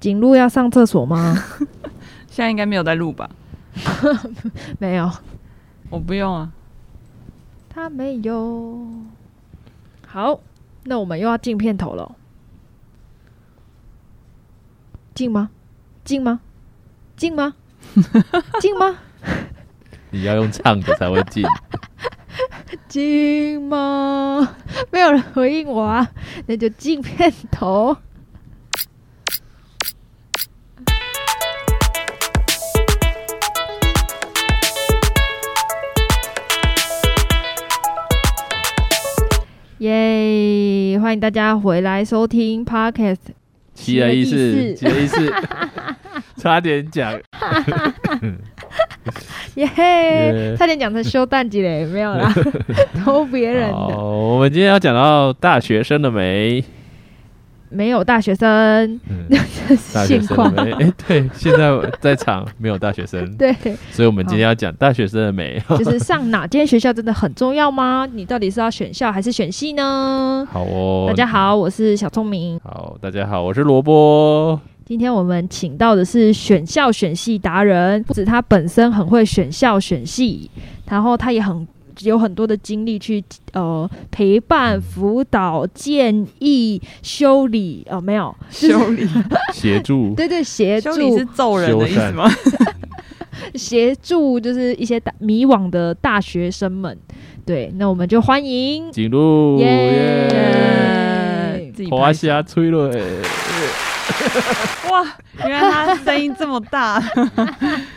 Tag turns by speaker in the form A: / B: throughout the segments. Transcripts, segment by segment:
A: 景路要上厕所吗？
B: 现在应该没有在录吧？
A: 没有，
B: 我不用啊。
A: 他没有。好，那我们又要进片头了哦。进吗？进吗？进吗？进吗？
C: 你要用唱的才会 进。
A: 进吗？没有人回应我啊，那就进片头。耶！欢迎大家回来收听 Podcast。
C: 七的意思，
A: 七
C: 七的意思， 差点讲。
A: 耶、
C: 耶
A: 差点讲成修蛋鸡嘞，没有 啦，偷别人的。
C: 好，我们今天要讲到大学生了没？
A: 没有大学生，
C: 嗯，大学
A: 现
C: 生了
A: 况
C: 没？哎，对，现在我在场没有大学生，
A: 对，
C: 所以我们今天要讲大学生了没。
A: 就是上哪间学校真的很重要吗？你到底是要选校还是选系呢？
C: 好哦，
A: 大家。好，我是小聪明。
C: 好，大家好，我是萝卜。
A: 今天我们请到的是选校选系达人，不止他本身很会选校选系，然后他也很有很多的精力去呃陪伴、辅导、建议、修理哦、没有，
B: 修理，
C: 协 助，
A: 对对，协
B: 修理
A: 助
B: 是揍人的意思吗？
A: 协助就是一些大迷惘的大学生们。对，那我们就欢迎
C: 进入
A: 耶
B: 耶呃自己
C: 花
B: 拍
C: 虾
B: 手
C: 催泪，
B: 哇！原来他声音这么大，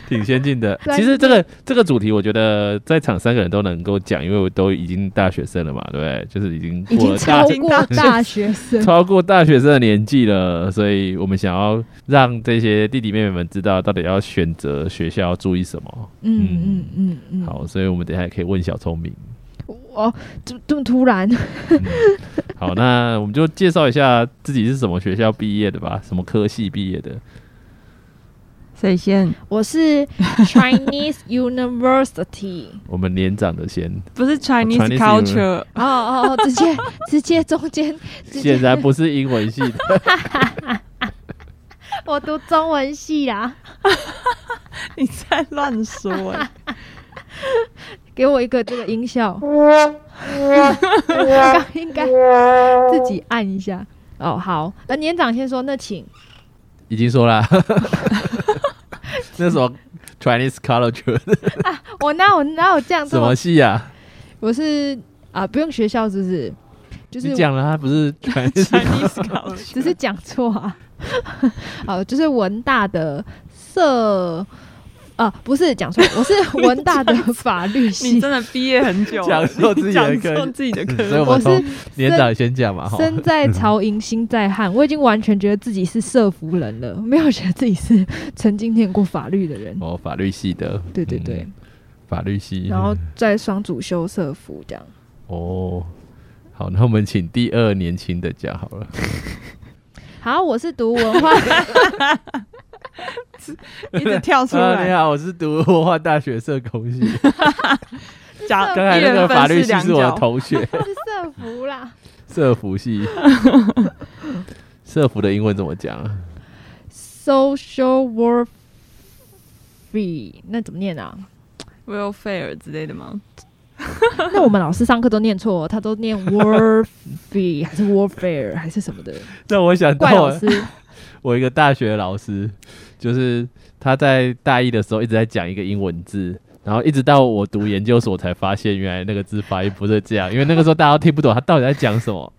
C: 挺先进 的。
A: 专业
C: 其实这个这个主题，我觉得在场三个人都能够讲，因为我都已经大学生了嘛，对不对？就是已经
A: 已
C: 过
A: 经
C: 了
A: 超
C: 大
A: 过大学 生，
C: 超过大学生的年纪了，所以我们想要让这些弟弟妹妹们知道，到底要选择学校要注意什么。
A: 嗯嗯嗯嗯，
C: 好，所以我们等一下也可以问小聪明。
A: 哦，这这么突然，
C: 嗯好，那我们就介绍一下自己是什么学校毕业的吧，什么科系毕业的。
B: 谁先？
A: 我 是 Chinese University，
C: 我们年长的先，
B: 不是 Chinese
C: Chinese
B: culture，
A: 哦哦哦，直接直接中间，直
C: 显
A: 接
C: 然不是英文系的。
A: 我读中文系啦，
B: 你在乱说 哎！
A: 给我一个这个音效，刚应该自己按一下。哦，好，那年长先说，那请
C: 已经 说了，那什么 Chinese culture
A: 我哪有哪有这样
C: 什
A: 这
C: 么
A: 么，
C: 系啊？
A: 我是啊，不用学校是不是？就是
C: 你讲了，它不是 Chinese，
B: Chinese culture，
A: 只是讲错啊。 好，就是文大的社，呃，不是讲错，我是文大的法律系
B: 你，真的毕业很久了，
C: 讲错自己的
B: 你讲错
C: 课
B: 自己的
C: 所
B: 课，
C: 以 我
A: 我
C: 们
A: 是
C: 从年长先讲嘛，哈。
A: 身在曹营心在汉，我已经完全觉得自己是社服人了，没有觉得自己是曾经念过法律的人。
C: 哦，法律系的，
A: 对对对，
C: 嗯法律系。
A: 然后在双主修社服这样。
C: 哦，好，那我们请第二年轻的讲好 了。
A: 好，我是读文化，
B: 一直跳出
C: 啊，你
B: 来。
C: 好，我是读文化大学社工 系，
B: 假
C: 刚才那个法律系是我的，
B: 一人分饰两角
C: 同学，
A: 是社服啦。
C: 社服系。社服的英文怎么讲啊？
A: Social warfare，那怎么念啊？
B: Will Fair 之类的吗？
A: 那我们老师上课都念错，他都 念 warfare 还是 warfare 还是什么的，
C: 那我想
A: 怪老
C: 到了
A: 师。
C: 我一个大学老师，就是他在大一的时候一直在讲一个英文字，然后一直到我读研究所才发现，原来那个字发音不是这样，因为那个时候大家都听不懂他到底在讲什么。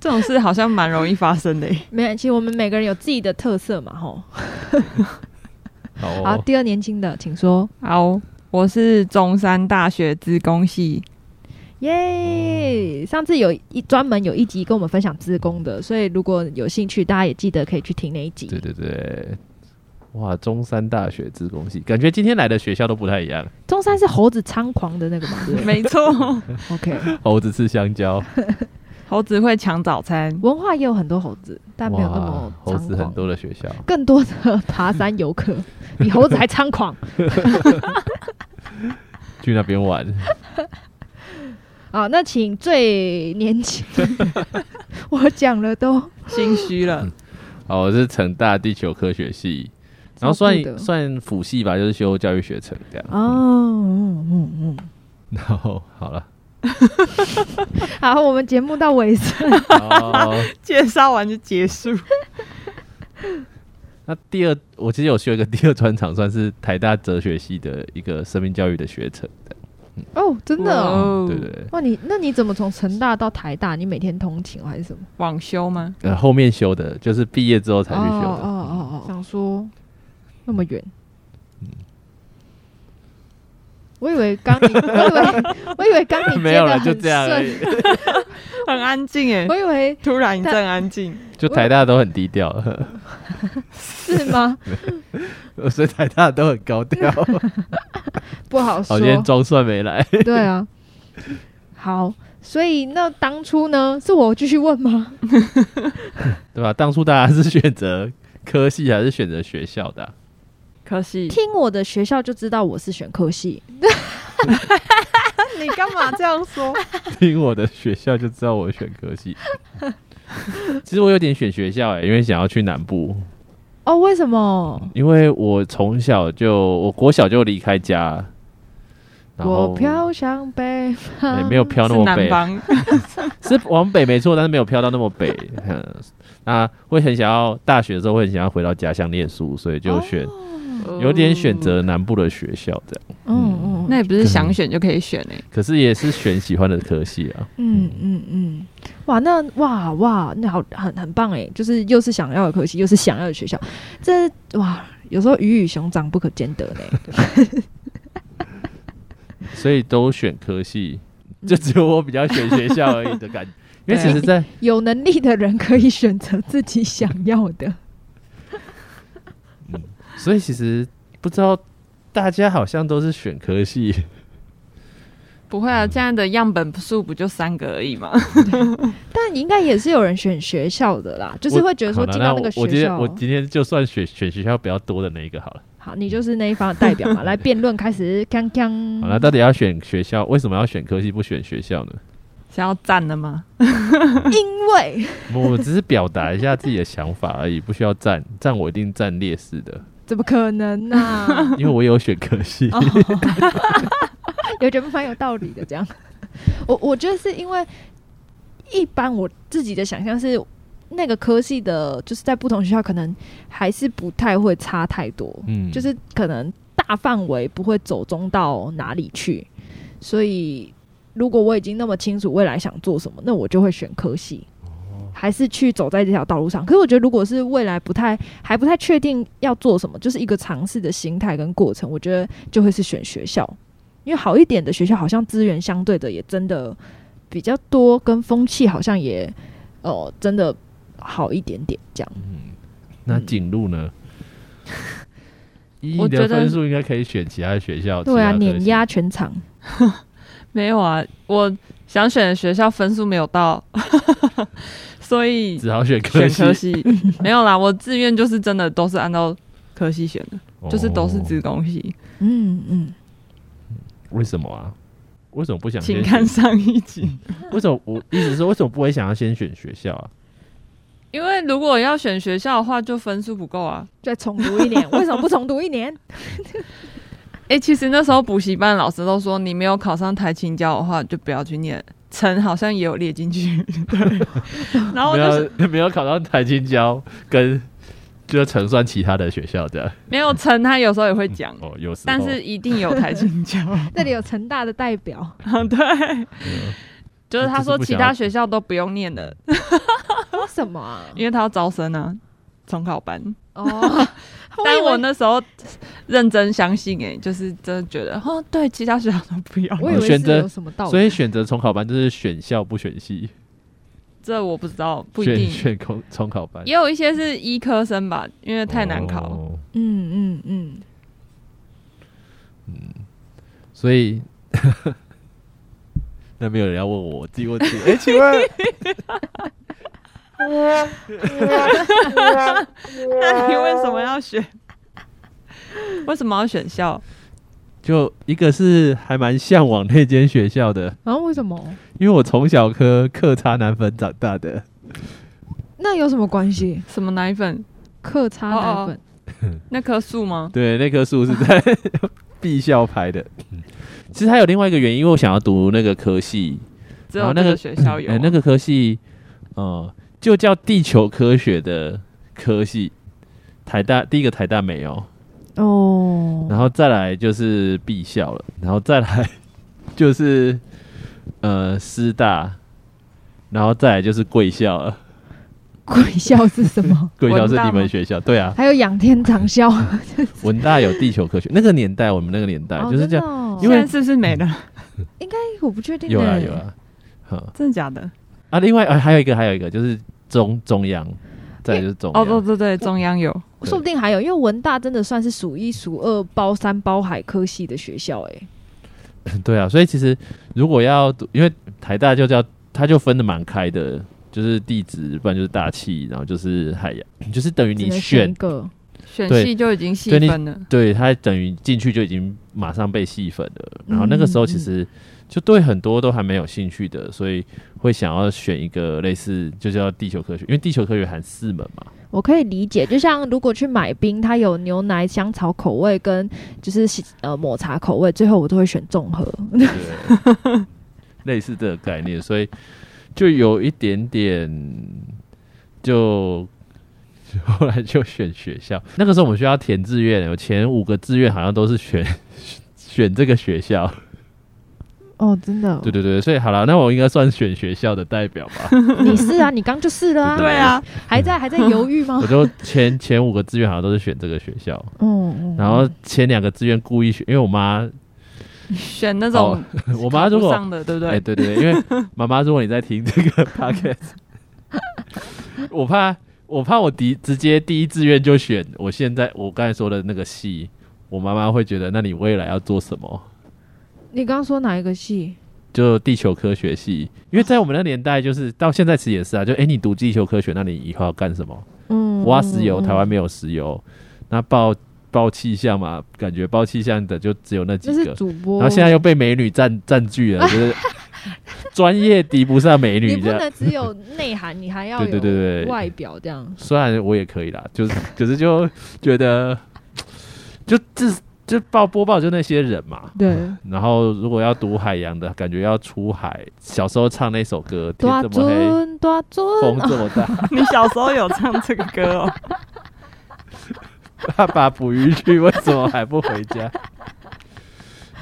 B: 这种事好像蛮容易发生的欸耶。
A: 没有，其实我们每个人有自己的特色嘛，吼。好，
C: 哦，
A: 第二年轻的，请说。
B: 好，我是中山大学资工系，
C: 哦
A: 耶、上次有一专门有一集跟我们分享自工的，所以如果有兴趣，大家也记得可以去听那一集。
C: 对对对，哇，中山大学自贡系，感觉今天来的学校都不太一样。
A: 中山是猴子猖狂的那个嘛，对不对
B: 没错，
A: ？OK，
C: 猴子吃香蕉，
B: 猴子会抢早餐，
A: 文化也有很多猴子，但没有那
C: 哇
A: 么，
C: 猴
A: 猖
C: 子很
A: 狂。
C: 多的学校，
A: 更多的爬山游 客比猴子还猖狂。
C: 去那边玩。
A: 好，那请最年轻，我讲了都
B: 嗯心虚了。
C: 好，我是成大地球科学系，然后
A: 超酷的
C: 算算辅系吧，就是修教育学程这样。
A: 哦，嗯嗯嗯。
C: 然后好了，
A: 好，我们节目到尾声，
C: 哦，
B: 介绍完就结束。
C: 那第二，我其实有修一个第二专场，算是台大哲学系的一个生命教育的学程这样
A: 哦，真的
B: 哇
A: 哦。
B: 哦
C: 对对对，
A: 哇，你那你怎么从成大到台大？你每天通勤还是什么？
B: 网修吗？
C: 呃，后面修的，就是毕业之后才去修
A: 哦
C: 的。
A: 哦哦，想说那么远，我以为刚你，我以为我以为刚哦你
C: 没
A: 接
C: 有
A: 的
C: 了，就这样而已。
B: 很安静哎
A: 我，以为
B: 突然一阵安静。
C: 就台大都很低调，
A: 是吗？
C: 所以台大都很高 调。
A: 不好
C: 好，
A: 说
C: 今。天装蒜没来，
A: 对啊，好，所以那当初呢，是我继续问吗？
C: 对吧？当初大家是选择科系还是选择学校 的啊、
B: 可惜
A: 听我的学校就知道我是选科系，
B: 你干嘛这样 说？
C: 听我的学校就知道我选科系。 其实我有点选学校哎、因为想要去南部，
A: 哦，为什么？
C: 因为我从小就我国小就离开家，然后
A: 我飘向北方，
C: 也没有飘那
B: 是
C: 么北
B: 南，方，
C: 是往北没错，但是没有飘到那么北。嗯那会很想要大学的时候会很想要回到家乡念书，所以就选、
B: 哦
A: 哦
C: 有点选择南部的学校这样。
A: 嗯嗯嗯，
B: 那也不是想选就可以选哎、
C: 可是也是选喜欢的科系 啊。
A: 嗯嗯嗯，哇，那哇哇，那好很很棒哎，就是又是想要的科系，又是想要的学校，这哇，有时候鱼与熊掌不可兼得呢。
C: 所以都选科系，就只有我比较选学校而已的 感觉。因为其实在，
A: 有能力的人可以选择自己想要的。
C: 所以其实不知道大家好像都是选科系，
B: 不会啊，现在的样本数不就三个而已 吗？
A: 但应该也是有人选学校的啦， 就是会觉得说
C: 好啦
A: 进到
C: 那
A: 那个
C: 我我今
A: 学
C: 天
A: 校
C: 我，今天就算选选学校比较多的那一个好了。
A: 好，你就是那一方的代表嘛。来辩论开始，锵锵。
C: 好了，到底要选学校，为什么要选科系不选学校呢？
B: 想要站的吗？
A: 因为
C: 我只是表达一下自己的想法而已，不需要站站，我一定站劣势的，
A: 怎么可能啊呢、
C: 因为我有选科系。
A: 哦有觉得蛮有道理的。 这样，我我觉得是因为一般我自己的想象是，那个科系的，就是在不同学校可能还是不太会差太多，
C: 嗯
A: 就是可能大范围不会走中到哪里去。所以，如果我已经那么清楚未来想做什么，那我就会选科系。
C: 哦
A: 还是去走在这条道路上，可是我觉得，如果是未来不太还不太确定要做什么，就是一个尝试的心态跟过程，我觉得就会是选学校。因为好一点的学校好像资源相对的也真的比较多，跟风气好像也呃真的好一点点这样。
C: 那景 路呢？
B: 嗯
C: 一
B: 我觉
C: 的
B: 得
C: 分数应该可以选其他学校，
A: 对啊，
C: 其他科系
A: 碾压全场，
B: 没有啊，我想选的学校分数没有到， 所以
C: 只好选科
B: 选
C: 系，
B: 科系没有啦。我志愿就是真的都是按照科系选的，就是都是
C: 自
B: 自工系，
A: 嗯嗯，
C: 哦为什么啊？为什么不 想
B: 请
C: 先
B: 看
C: 选？
B: 上一集。
C: 为什么我意思是为什么不会想要先选学校啊？
B: 因为如果要选学校的话，就分数不够啊。
A: 再重读一 年，为什么不重读一年？
B: 诶，其实那时候补习班老师都说，你没有考上台青教的话，就不要去念。成好像也有列进 去，对。然后我
C: 没
B: 哦就是
C: 有啊 没有考到台青交跟就乘算其他的学校这样
B: 没有成，他有时候也会讲，
C: 哦，有时候
B: 但是一定有台青 教。
A: 这里有成大的代 表，
B: 对，
C: 嗯
B: 就是他说
C: 就是不想
B: 其他
C: 要
B: 学校都不用念了，
A: 为什么啊？
B: 因为他要招生啊，重考班。
A: 哦，以
B: 但
A: 为
B: 我？那时候认真相信、欸，就是真的觉得，哦，对，其他学校都不要。
A: 我以为
C: 选
A: 是
C: 择
A: 有什么道
C: 所
A: 理？
C: 以选择重考班就是选校不选系，
B: 这我不知道，不一
C: 选
B: 定。
C: 选重重考班
B: 也有一些是医科生吧，因为太难考。
C: 哦
A: 嗯嗯嗯，
C: 所以 那没有人要问我，我自己问 自己。哎、请问
B: 那你为什么要选？ 为什么要选校？
C: 就一个是还蛮向往那间学校的，
A: 然后为什么？
C: 因为我从小科课差难分长大的。
A: 那有什么关系？
B: 什么奶粉？
D: 克差奶粉，
B: 那棵树吗？
C: 对，那棵树是 在必校拍的。
B: 嗯
C: 其实还有另外一个原因，因为我想要读那个科系，
B: 只有
C: 然后那
B: 这
C: 个
B: 个学校有
C: 哎、
B: 啊。
C: 那个科系，呃，就叫地球科学的科系。台大第一个台大没有，
A: 哦，
C: 然后再来就是必校了，然后再来 就是呃师大，然后再来就是贵校了。？
A: 贵校是什么
C: 贵校是
B: 文大
C: 你们
B: 吗
C: 学校？对啊，
A: 还有仰天长校，
C: 文大有地球科学。那个年代，我们那个年代
A: 哦
B: 哦
C: 就是这样，
A: 样
C: 因
B: 现
C: 为
B: 在是不是没了？
A: 我不确定、欸，
C: 有啊有，啊。好
B: 真的假的？
C: 啊，另外、啊、还有一个，还有一个就是中中央，再来就是中央。
B: 哦，对对对，中央有。
A: 说不定还有，因为文大真的算是数一数二包山包海科系的学校、欸，
C: 对啊，所以其实如果要读，因为台大就叫它就分的蛮开的，就是地质，不然就是大气，然后就是海洋，就是等于
A: 只
C: 你
A: 能
C: 选
A: 一，个，
B: 选
C: 对
B: 系就已经细
C: 所以你
B: 分了，
C: 对它等于进去就已经马上被细粉了。然后那个时候其
A: 嗯
C: 实就对很多都还没有兴趣的，所以会想要选一个类似就叫地球科学，因为地球科学含四门嘛。
D: 我可以理解。就像如果去买冰，它有牛奶、香草口味跟就是喜呃抹茶口味，最后我都会选综合。
C: 对，类似这个概念，所以就有一点点就。后来就选学校，那个时候我们学校填志愿，有前五个志愿好像都是选 选这个学校。
A: 哦，真的、
C: 对对对，所以好了，那我应该算选学校的代表吧。
D: 你是啊，你刚就是了啊，
C: 对啊，
D: 还在还在犹豫吗
C: 我？就前前五个志愿好像都是选这个学校，
A: 嗯，嗯
C: 然后前两个志愿故意选，因为我妈，
B: 选那
C: 哦
B: 种
C: 我妈
B: 考
C: 如果
B: 不上的，对不
C: 哎、
B: 对？
C: 对对对，因为妈妈，如果你在听这个 podcast，我怕我怕我第直接第一志愿就选我现在我刚才说的那个系，我妈妈会觉得，那你未来要做什么？
A: 你刚刚说哪一个系？
C: 就地球科学系，因为在我们那年代，就是到现在其实也是啊，就哎、你读地球科学，那你以后要干什么？
A: 嗯，
C: 挖石油，
A: 嗯
C: 台湾没有石油，那报报气象嘛，感觉报气象的就只有那几
A: 那是
C: 个，
A: 主播，
C: 然后现在又被美女占占据了，就是专业敌不上美
D: 你
C: 女
D: 不
C: 这样。
D: 能只有内涵，你还要
C: 对对对对
D: 有外表这样。
C: 虽然我也可以啦，就是可是就觉得，就自就报播报就那些人嘛。
A: 对，
C: 然后如果要读海洋的感觉要出海，小时候唱那首歌《天
A: 抓
C: 这么黑，
A: 准抓准，
C: 风这么大，
B: 你小时候有唱这个歌 哦？
C: 爸爸捕鱼去，为什么还不回 家？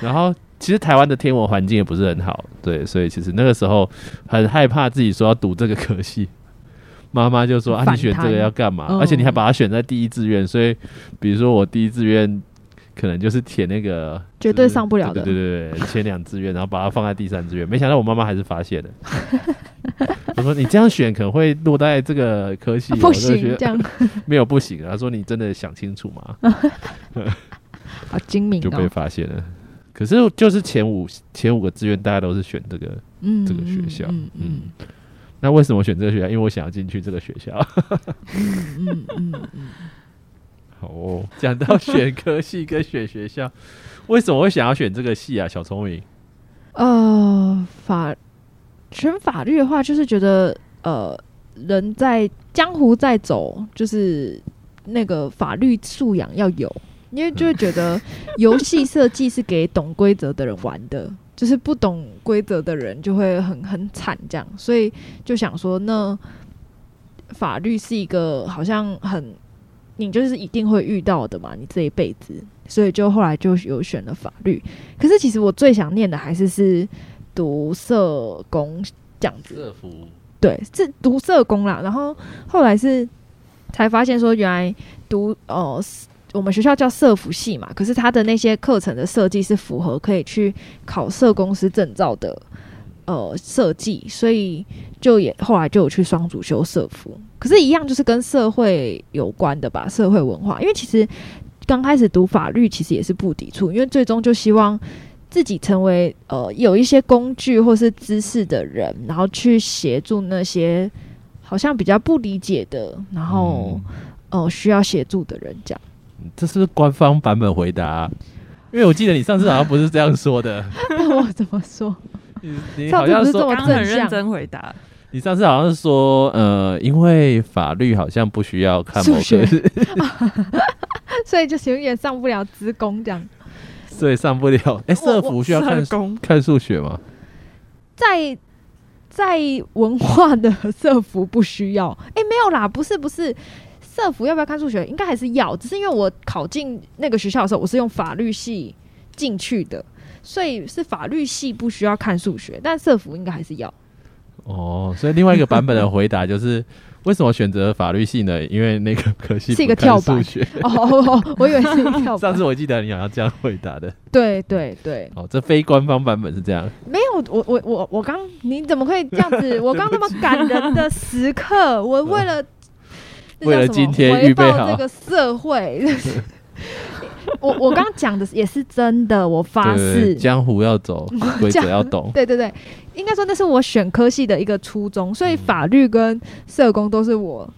C: 然后其实台湾的天文环境也不是很好，对，所以其实那个时候很害怕自己说要读这个科系。妈妈就说：“啊，你
D: 反
C: 选这个
D: 弹啊哦
C: 要干嘛？
A: 嗯
C: 而且你还把它选在第一志愿，所以比如说我第一志愿可能就是填那个
D: 绝对上不了的
C: 对对对对，前两志愿，然后把它放在第三志愿。没想到我妈妈还是发现了， 我说你这样选可能会落在这个 科系，哦
A: 不
C: 我就觉
A: 行，
C: 得
A: 这样
C: 没有不行。她啊说你真的想清楚吗？
A: 嗯好精明
C: 就被
A: 哦，
C: 发现了。可是就是前五前五个志愿，大家都是选这个。
A: 嗯
C: 这个学校
A: 嗯嗯
C: 嗯，那为什么选这个学校？因为我想要进去这个学校。
A: 嗯嗯嗯嗯，
C: 好哦，讲到选科系跟选学校，为什么会想要选这个系啊？小聪明，
A: 呃，法选法律的话，就是觉得呃，人在江湖在走，就是那个法律素养要有，因为就会觉得游戏设计是给懂规则的人玩的，就是不懂规则的人就会很很惨这样，所以就想说，那法律是一个好像很你就是一定会遇到的嘛，你这一辈子，所以就后来就有选了法律。可是其实我最想念的还是是读社工这样子，
C: 社服
A: 对，是读社工啦。然后后来是才发现说，原来读呃，我们学校叫社服系嘛，可是它的那些课程的设计是符合可以去考社公司证照的呃设计，所以就也后来就有去双主修社服。可是，一样就是跟社会有关的吧，社会文化。因为其实刚开始读法律，其实也是不抵触，因为最终就希望自己成为呃有一些工具或是知识的人，然后去协助那些好像比较不理解的，然后、呃需要协助的人这样。
C: 嗯这是不是官方版本回答啊、因为我记得你上次好像不 是这样说的，
A: 那我怎么说？
C: 你你
A: 上
C: 好
A: 次
C: 像
A: 不是这
C: 说
A: 么
B: 我
A: 正
B: 很认
A: 向
B: 真回答，
C: 你上次好像是说，呃，因为法律好像不需要看某
A: 数学
C: 个，
A: 所以就是永远上不了职工这样。
C: 所以上不 了。哎、社服需要看
B: 社工
C: 看数学吗？
A: 在在文化的社服不需要，哎、没有啦，不是不是，社服要不要看数学？应该还是要，只是因为我考进那个学校的时候，我是用法律系进去的，所以是法律系不需要看数学，但社服应该还是要。
C: 哦，所以另外一个版本的回答就是， 为什么选择法律系呢？因为那个科系
A: 是一
C: 不
A: 个
C: 看
A: 跳板
C: 数学。
A: 哦哦， 我以为是跳
C: 上
A: 板。
C: 次我记得你好像这样回答的。
A: 对对对，
C: 哦，这非官方版本是这样。
A: 没有，我我我我刚，你怎么可以这样 子？我刚那么感人的时刻，我为了那叫
C: 为了
A: 什么
C: 今天
A: 回
C: 预备
A: 报
C: 好
A: 这个社会。 我我刚讲的也是真的，我发
C: 对对对
A: 誓。
C: 江湖要 走，规则要懂。
A: 对对对，应该说那是我选科系的一个初衷，所以法律跟社工都是我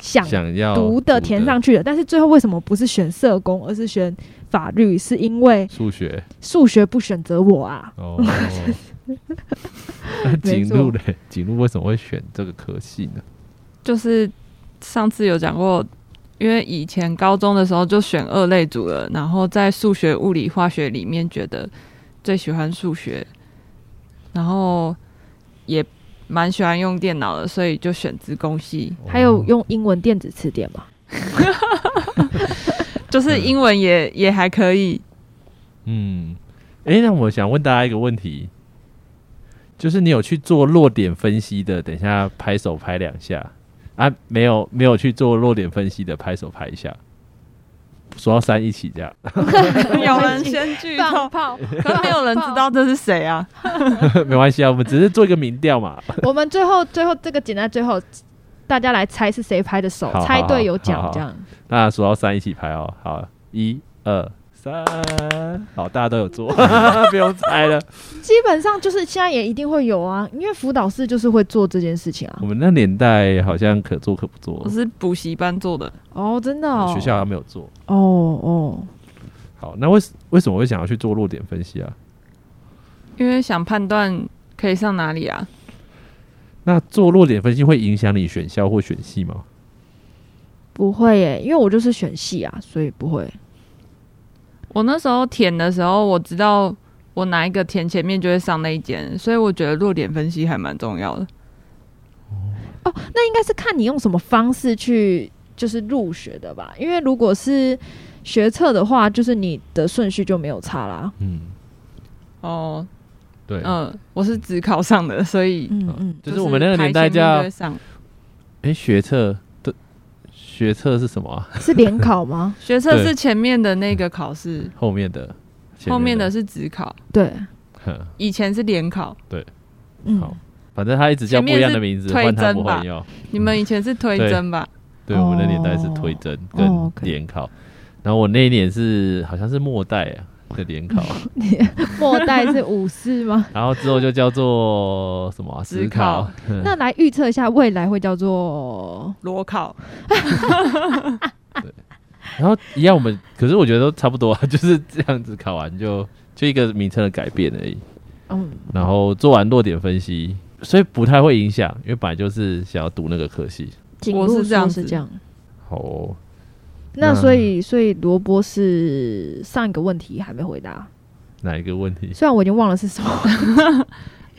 A: 想
C: 想要
A: 读的填上去的。但是最后为什么不是选社工，而是选法律？是因为
C: 数学
A: 数学不选择我啊？
C: 哦。那景路嘞，景路为什么会选这个科系呢？
B: 就是上次有讲过，因为以前高中的时候就选二类组了，然后在数学、物理、化学里面觉得最喜欢数学，然后也蛮喜欢用电脑的，所以就选资工系，
C: 哦
A: 还有用英文电子词典吗？
B: 就是英文也、也还可以。
C: 嗯，哎、那我想问大家一个问题，就是你有去做落点分析的，等一下拍手拍两下啊，没有没有去做落点分析的，拍手拍一下，数到三一起这样。
B: 有人先剧
A: 放
B: 透，
A: 炮！
B: 可没有人知道这是谁啊？
C: 没关系啊，我们只是做一个民调嘛。
A: 我们最后最后这个简单，最后大家来猜是谁拍的手，
C: 好好
A: 猜对有
C: 好
A: 奖
C: 好
A: 这样。
C: 那数到三一起拍哦。好，一二三，好，大家都有做， 不用猜了。
A: 基本上就是现在也一定会有啊，因为辅导室就是会做这件事情啊
C: 我。们那年代好像可做可不做
B: 我，是补习班做的，
A: 哦，真的哦，
C: 学校好像没有做。
A: 哦哦，
C: 好，那为为什么会想要去做落点分析啊？
B: 因为想判断可以上哪里啊。
C: 那做落点分析会影响你选校或选系吗？
A: 不会耶，因为我就是选系啊，所以不会。
B: 我那时候填的时候，我知道我哪一个填前面就会上那一间，所以我觉得弱点分析还蛮重要的。
A: 哦，那应该是看你用什么方式去就是入学的吧，因为如果是学测的话，就是你的顺序就没有差啦。
C: 嗯，
B: 哦，
C: 对，
B: 嗯、我是只考上的，所以
A: 嗯嗯，
C: 就是我们那个年代
B: 排前面
C: 叫
B: 就会上？
C: 哎，学测的学测是什么啊？
A: 是联考吗
B: 学测
C: 对
B: 是前面的那个考试，
C: 后面的，前
B: 后面的
C: 的，
B: 是只考，
A: 对，
C: 哼
B: 以前是联考。
A: 嗯，
C: 好反正他一直叫不一样的名字，
B: 前面
C: 换
B: 是推甄
C: 汤不
B: 吧
C: 换药。
B: 你们以前是推甄吧？
C: 对，我们那年代是推甄
A: 哦
C: 跟
A: ，OK
C: 联考，然后我那一年是好像是末代啊的联 考，
A: 末代是武士吗？
C: 然后之后就叫做什么啊
B: 职
C: 职考
B: 考，
C: 嗯
A: 那来预测一下未来会叫做
B: 裸考，
C: 然后一样我们，可是我觉得都差不多啊， 就是这样子考完就就一个名称的改变而已，
A: 嗯，
C: 然后做完落点分析，所以不太会影响，因为本来就是想要读那个科系。
A: 景
B: 我
A: 路
B: 是这样
A: 是
B: 子
A: 这样。
C: 好哦、
A: 那
C: 那
A: 所以，所以罗波是上一个问题还没回答，
C: 哪一个问题？
A: 虽然我已经忘了是什么，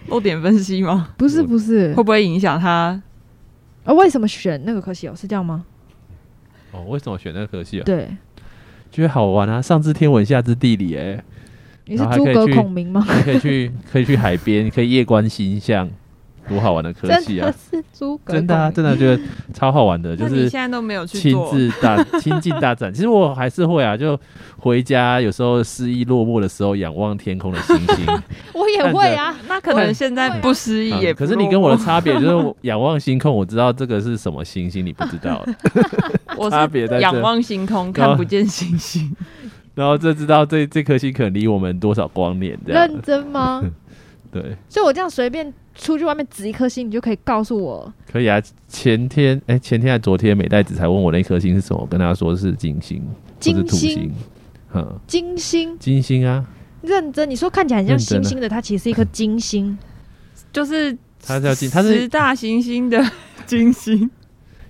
B: 弱点分析吗？
A: 不是不是
B: 会不会影响他？
A: 啊？为什么选那个科系哦？是这样吗？
C: 哦，为什么选那个科系啊？
A: 对，
C: 觉得好玩啊，上知天文下知地理、欸，
A: 你是
C: 然后还
A: 诸
C: 可以
A: 葛
C: 去
A: 孔明 吗？
C: 你可以去，可以去海边，可以夜观星象，多好玩的科
A: 真
C: 系
A: 的
C: 啊！
A: 是诸葛孔明，
C: 真的啊，真的觉得超好玩的，
B: 那
C: 就
B: 你
C: 是
B: 现在都没有去
C: 亲
B: 做，
C: 自 大亲近大战。其实我还是会啊，就回家有时候失意落寞的时候，仰望天空的星星。
A: 我也会啊。
B: 那可能现在不失忆
C: 嗯
B: 也不
C: 可
B: 落
C: 是
B: 寞、
C: 你跟我的 差别就是我仰望星空，我知道这个是什么星星，你不知 道。
B: 我
C: 差别在
B: 是
C: 这
B: 仰望星空，看不见星星。
C: 然后这知道这这颗星可能离我们多少光年这样
A: 认。真 吗？
C: 嗯对，
A: 所以我这样随便出去外面指一颗星，你就可以告诉我
C: 可以啊。前天哎、前天还昨天，美代子才问我那颗星是什么，我跟他说是金星，不是
A: 金
C: 土
A: 星
C: 星。嗯，
A: 金星。
C: 金星啊，
A: 认真，你说看起来很像
C: 认
A: 星
C: 真啊
A: 星的，它其实是一颗金星。
B: 就是
C: 他是要进，他是
B: 十大行星的 金星，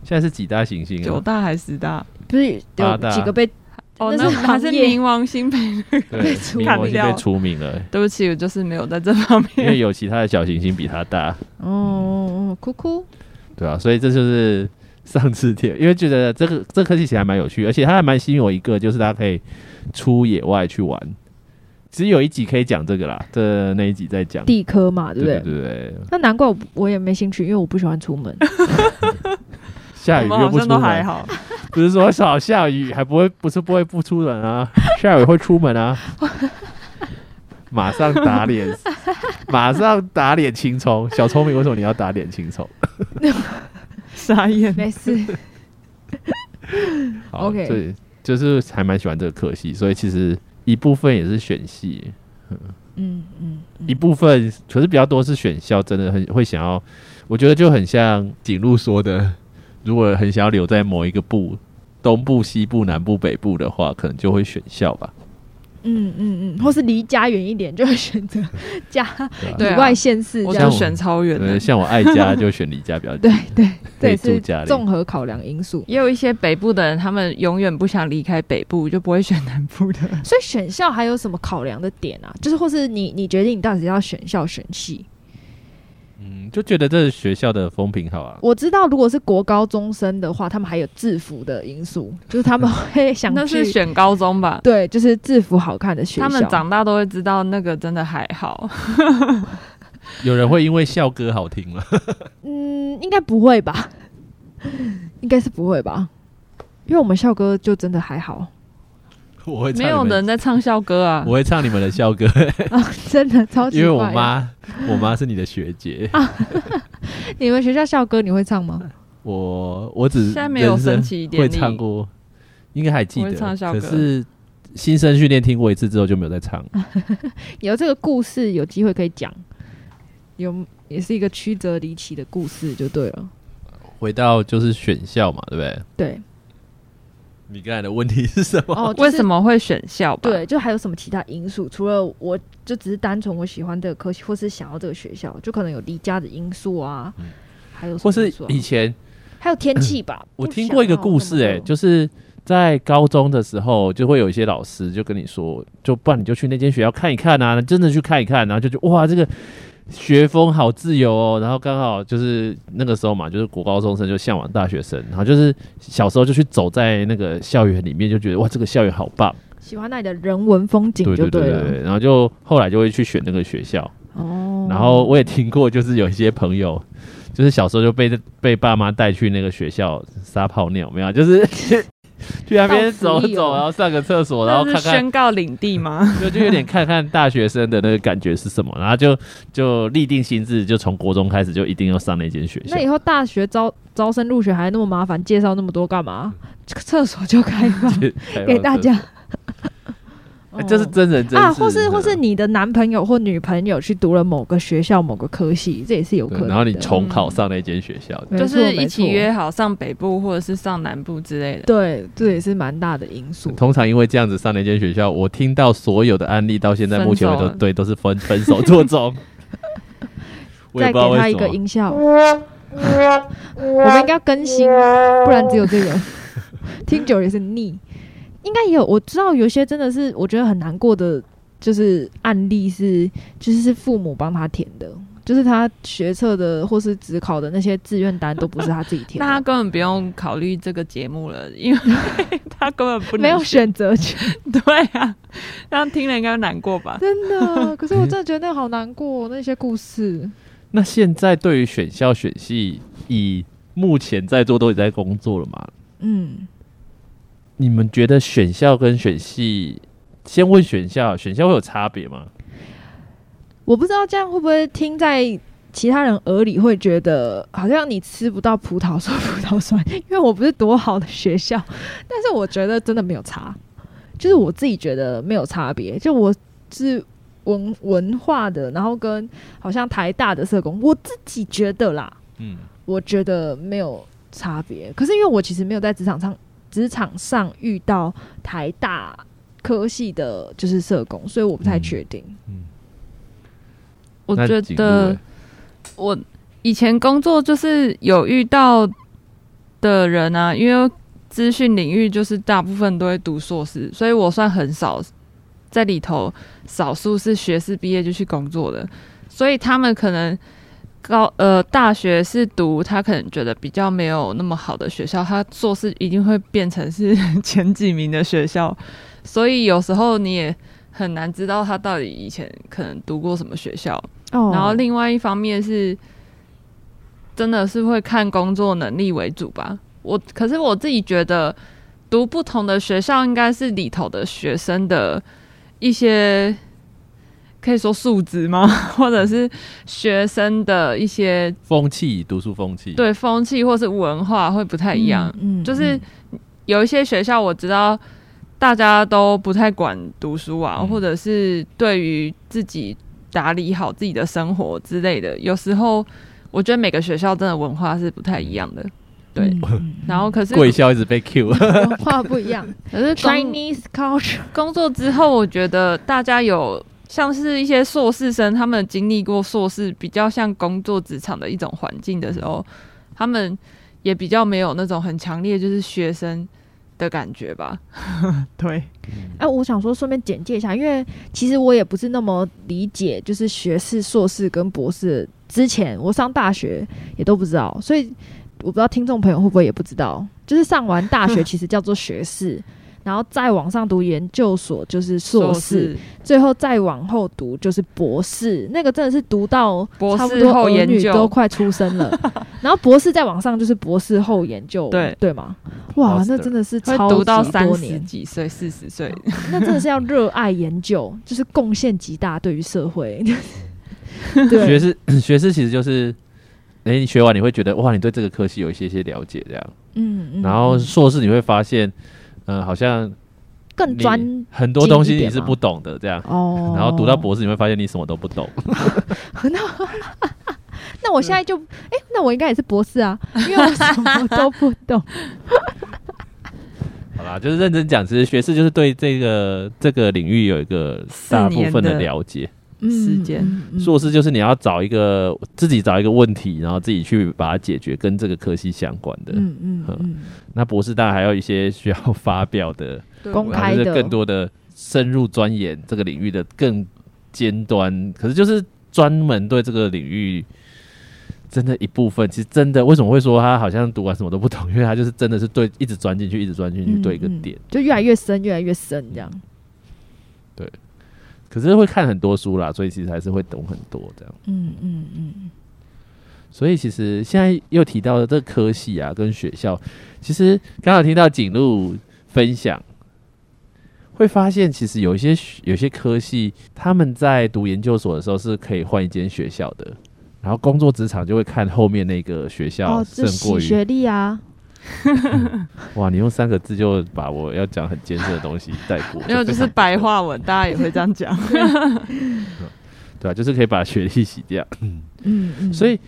C: 现在是几大行星
B: 九
C: 啊？
B: 大还是十大？
A: 不是
C: 八
A: 有
C: 大
A: 几个被
B: 哦，
A: 那
B: 那
A: 是
B: 还是
A: 行业
B: 冥王星配
C: 对，
A: 除
C: 冥王星
B: 掉
C: 被
B: 了
C: 除名了，
B: 对不起，我就是没有在这方
C: 因为
B: 面。
C: 有其他的小行星比它大，
A: 哦，哭哭，
C: 对啊，所以这就是上次天，因为觉得这个这科技其实还蛮有趣，而且它还蛮吸引我一个，就是它可以出野外去玩。其实有一集可以讲这个啦，这那一集在讲，
A: 地科嘛，对
C: 对
A: 不
C: 对
A: 对？
C: 对对，
A: 那难怪我我也没兴趣，因为我不喜欢出门。
C: 下
B: 我
C: 雨
B: 们
C: 又
B: 好
C: 不
B: 像
C: 出
B: 都还
C: 门，
B: 好，
C: 不是说少下雨还不会，不是不会不出门啊，下雨会出门啊，马上打脸，马上打脸青葱，小聪明，为什么你要打脸青葱？
B: 傻眼。
A: 没事，
C: 好
A: OK
C: 对，就是还蛮喜欢这个科系，所以其实一部分也是选系，
A: 嗯嗯，
C: 一部分可是比较多是选校，真的很会想要，我觉得就很像景路说的，如果很想要留在某一个部，东部、西部、南部、北部的话，可能就会选校吧。
A: 嗯嗯嗯，或是离家远一点，就会选择家
B: 对啊
A: 以外县市
B: 我
A: 这
B: 就
A: 样。
B: 选超远的
C: 对，，像我爱家就选离家比较近
A: 对，对
C: 可
A: 对，
C: 以住
A: 是
C: 家里。
A: 综合考量因素。
B: 也有一些北部的人，他们永远不想离开北部，就不会选南部的。
A: 所以选校还有什么考量的点啊？就是或是你你决定你到底要选校选系？
C: 嗯，就觉得这是学校的风评好啊。
A: 我知道，如果是国高中生的话，他们还有制服的因素，就是他们会 想
B: 那是
A: 去
B: 选高中吧？
A: 对，就是制服好看的学校。
B: 他们长大都会知道那个真的还好。
C: 有人会因为校歌好听吗？
A: 嗯，应该不会吧？ 应该是不会吧？因为我们校歌就真的还好，
C: 我会唱
B: 没有
C: 你们
B: 人在唱校歌啊
C: 我！会唱你们的校歌，
A: 真的超级
C: 因为我
A: 怪
C: 妈，我妈是你的学姐。
A: 你们学校校歌你会唱吗？
C: 我我只
B: 现在没有
C: 人生
B: 升旗典
C: 会
B: 礼，
C: 唱过，应该还记
B: 我
C: 得
B: 会唱。校
C: 可
B: 歌
C: 是新生训练听过一次之后就没有再唱。
A: 有这个故事，有机会可以讲，有也是一个曲折离奇的故事，就对了。
C: 回到就是选校嘛，对不对？
A: 对，
C: 你刚才的问题是什么？
A: 哦，就是
B: 为什么会选校吧？
A: 对，就还有什么其他因素？除了我就只是单纯我喜欢这个科系，或是想要这个学校，就可能有离家的因素啊，
C: 嗯
A: 还有什么
C: 或是
A: 因素啊
C: 以前。
A: 还有天气吧
C: 我听过一个故事、欸，
A: 哎，
C: 哎，就是在高中的时候，就会有一些老师就跟你说，就不然你就去那间学校看一看啊，真的去看一看，然后就觉得哇，这个学风好自由哦。然后刚好就是那个时候嘛，就是国高中生就向往大学生，然后就是小时候就去走在那个校园里面，就觉得哇，这个校园好棒，
A: 喜欢那里的人文风景就
C: 对对
A: 了。
C: 对，然后就后来就会去选那个学校。
A: 哦，
C: 然后我也听过，就是有一些朋友， 就是小时候就被被爸妈带去那个学校撒泡尿，没有啊，就是 去那边走
A: 到此一游
C: 走，然后上个厕所，然后
B: 那
C: 看
B: 是
C: 看，
B: 宣告领地吗？
C: 就就有点看看大学生的那个感觉是什么，然后就就立定心智，就从国中开始就一定要上那间学校
A: 那。以后大学招招生入学还那么麻烦，介绍那么多干嘛？这个厕所就开 放给大家。 哦
C: 哎，这是真人真事
A: 啊，或是或是
C: 嗯
A: 你的男朋友或女朋友去读了某个学校某个科系，这也是有可
C: 对
A: 能的。
C: 然后你重考上那间学校，
A: 没
B: 就
A: 错
B: 是一起。
A: 没
B: 约
A: 错
B: 好上北部或者是上南部之类的。
A: 对，这也是蛮大的因素。
C: 通常因为这样子上那间学校，我听到所有的案例到现在目前为
B: 分
C: 止
B: 手，了
C: 对，都是分分手做中。我也
A: 再给
C: 不知道为
A: 他一
C: 什
A: 个
C: 么。
A: 音效，我们应该要更新，不然只有这 个，听久了也是腻。应该也有，我知道有些真的是我觉得很难过的，就是案例是就是是父母帮他填的，就是他学测的或是职考的那些志愿单都不是他自己填
B: 那他
A: 的，
B: 根本不用考虑这个节目了， 因为他根本不能
A: 没有选择权，
B: 对啊，让听了应该会难过 吧？
A: 真的。可是我真的觉得那好难过，那些故事。
C: 那现在对于选校选系，以目前在座都已经在工作了嘛？
A: 嗯，
C: 你们觉得选校跟选系，先问选校，选校会有差别吗？
A: 我不知道这样会不会听在其他人耳里会觉得好像你吃不到葡萄说葡萄酸，因为我不是多好的学校，但是我觉得真的没有差， 就是我自己觉得没有差别，就我是文文化的，然后跟好像台大的社工，我自己觉得啦，
C: 嗯，
A: 我觉得没有差别。可是因为我其实没有在职场上职场上遇到台大科系的，就是社工，所以我不太确定。
B: 我
C: 那
B: 觉
C: 景路
B: 得
C: 欸
B: 我以前工作就是有遇到的人啊，因为资讯领域就是大部分都会读硕士，所以我算很少在里头，少数是学士毕业就去工作的，所以他们可能高呃大学是读，他可能觉得比较没有那么好的学校，他硕士一定会变成是 前几名的学校，所以有时候你也很难知道他到底以前可能读过什么学校。
D: 哦，
B: 然后另外一方面是，真的是会看工作能力为主吧。我可是我自己觉得，读不同的学校应该是里头的学生的一些，可以说素质吗？ 或者是学生的一些
C: 风气，读书风气，，
B: 对风气或是文化会不太一样。
D: 嗯，嗯
B: 就是有一些学校我知道大家都不太管读书啊，
C: 嗯
B: 或者是对于自己打理好自己的生活之类的，有时候我觉得每个学校真的文化是不太一样的。对，
D: 嗯嗯
B: 然后可是
C: 贵校一直被 Q，
A: 嗯文化不一 样
B: 可是工
A: ，Chinese culture
B: 工作之后，我觉得大家有。像是一些硕士生，他们经历过硕士比较像工作职场的一种环境的时候，他们也比较没有那种很强烈就是学生的感觉吧。对，
A: 哎、我想说顺便简介一下，因为其实我也不是那么理解，就是学士、硕士跟博士之前我上大学也都不知道，所以我不知道听众朋友会不会也不知道，就是上完大 学其实叫做学士，然后再往上读研究所就是硕士，最后再往后读就是博士，那个真的是读到
B: 博
A: 差不
B: 士
A: 多
B: 后
A: 儿
B: 研
A: 女
B: 究
A: 都快出生 了，然后博士再往上就是博士后研究，
B: 对
A: 对吗？哇，那
C: Master
A: 真的是
B: 会
A: 超
B: 读到
A: 级
B: 三
A: 多
B: 十
A: 年，
B: 几哦岁、四十岁，
A: 那真的是要热爱研究，就是贡献极大对于社 会。 对，
C: 学士 学士其实就是，哎、你学完你会觉得哇，你对这个科系有一些些了解这样，
A: 嗯嗯
C: 然后硕士你会发现，嗯、好像
A: 更
C: 你
A: 专
C: 很多东西
A: 精一
C: 你
A: 点
C: 是
A: 嘛
C: 不懂的这样。
A: 哦。
C: 嗯然后读到，博士，你会发现你什么都不懂。
A: 那我现在就，哎、那我应该也是博士 啊，因为我什么都不懂。
C: 好啦，就是认真讲，其实学士就是对这个这个领域有一个大部分的了解。
B: 时间
A: 嗯嗯嗯
C: 硕士就是你要找一个自己找一个问题，然后自己去把它解决，跟这个科系相关的。
A: 嗯嗯嗯嗯
C: 那博士当然还有一些需要发表的，
A: 公
C: 然
A: 开
C: 后
A: 的
C: 就是更多的深入钻研这个领域的更尖端，可是就是专门对这个领域。真的，一部分其实真的，为什么会说他好像读完什么都不懂？因为他就是真的是对，一直钻进去，一直钻进去，
A: 嗯
C: 对一个
A: 嗯
C: 点。
A: 就越来越深，越来越深这样。
C: 可是会看很多书啦，所以其实还是会懂很多这样。
A: 嗯嗯嗯，
C: 所以其实现在又提到了这个科系啊，跟学校，其实刚好听到景路分享，会发现其实有一些学有些科系，他们在读研究所的时候是可以换一间学校的，然后工作职场就会看后面那个学校
A: 哦，
C: 胜
A: 就
C: 过
A: 洗
C: 于、
A: 学历啊，
C: 哇，你用三个字就把我要讲很艰深的东西带过，
B: 没有就
C: 非
B: 是
C: 常
B: 白话文，大家也会这样 讲。
C: 对啊，就是可以把学历洗掉。
A: 嗯嗯，
C: 所以，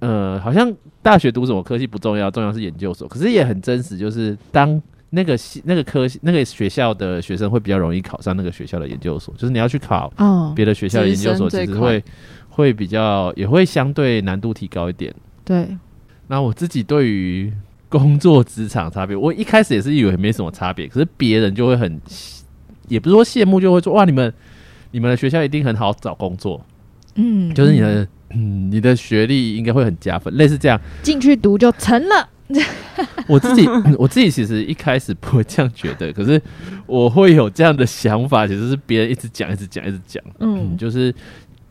C: 呃，好像大学读什么科系不重要，重要是研究所。可是也很真实，就是当那个系、那个科系、那个学校的学生会比较容易考上那个学校的研究所，就是你要去考
A: 哦，
C: 别的学校的研究所，
B: 直
C: 其
B: 升
C: 实
B: 最
C: 会会比较也会相对难度提高一点。
A: 对，
C: 那我自己对于 工作职场差别，我一开始也是以为没什么差别，可是别人就会很，也不是说羡慕，就会说哇，你们你们的学校一定很好找工作，
A: 嗯，
C: 就是你
A: 嗯
C: 的嗯你的学历应该会很加分，类似这样。
A: 进去读就成了。
C: 我自己 我自己其实一开始不会这样觉得，可 是我会有这样的想法，其实是别人一直讲、一直讲、一直讲，嗯，
A: 嗯，
C: 就是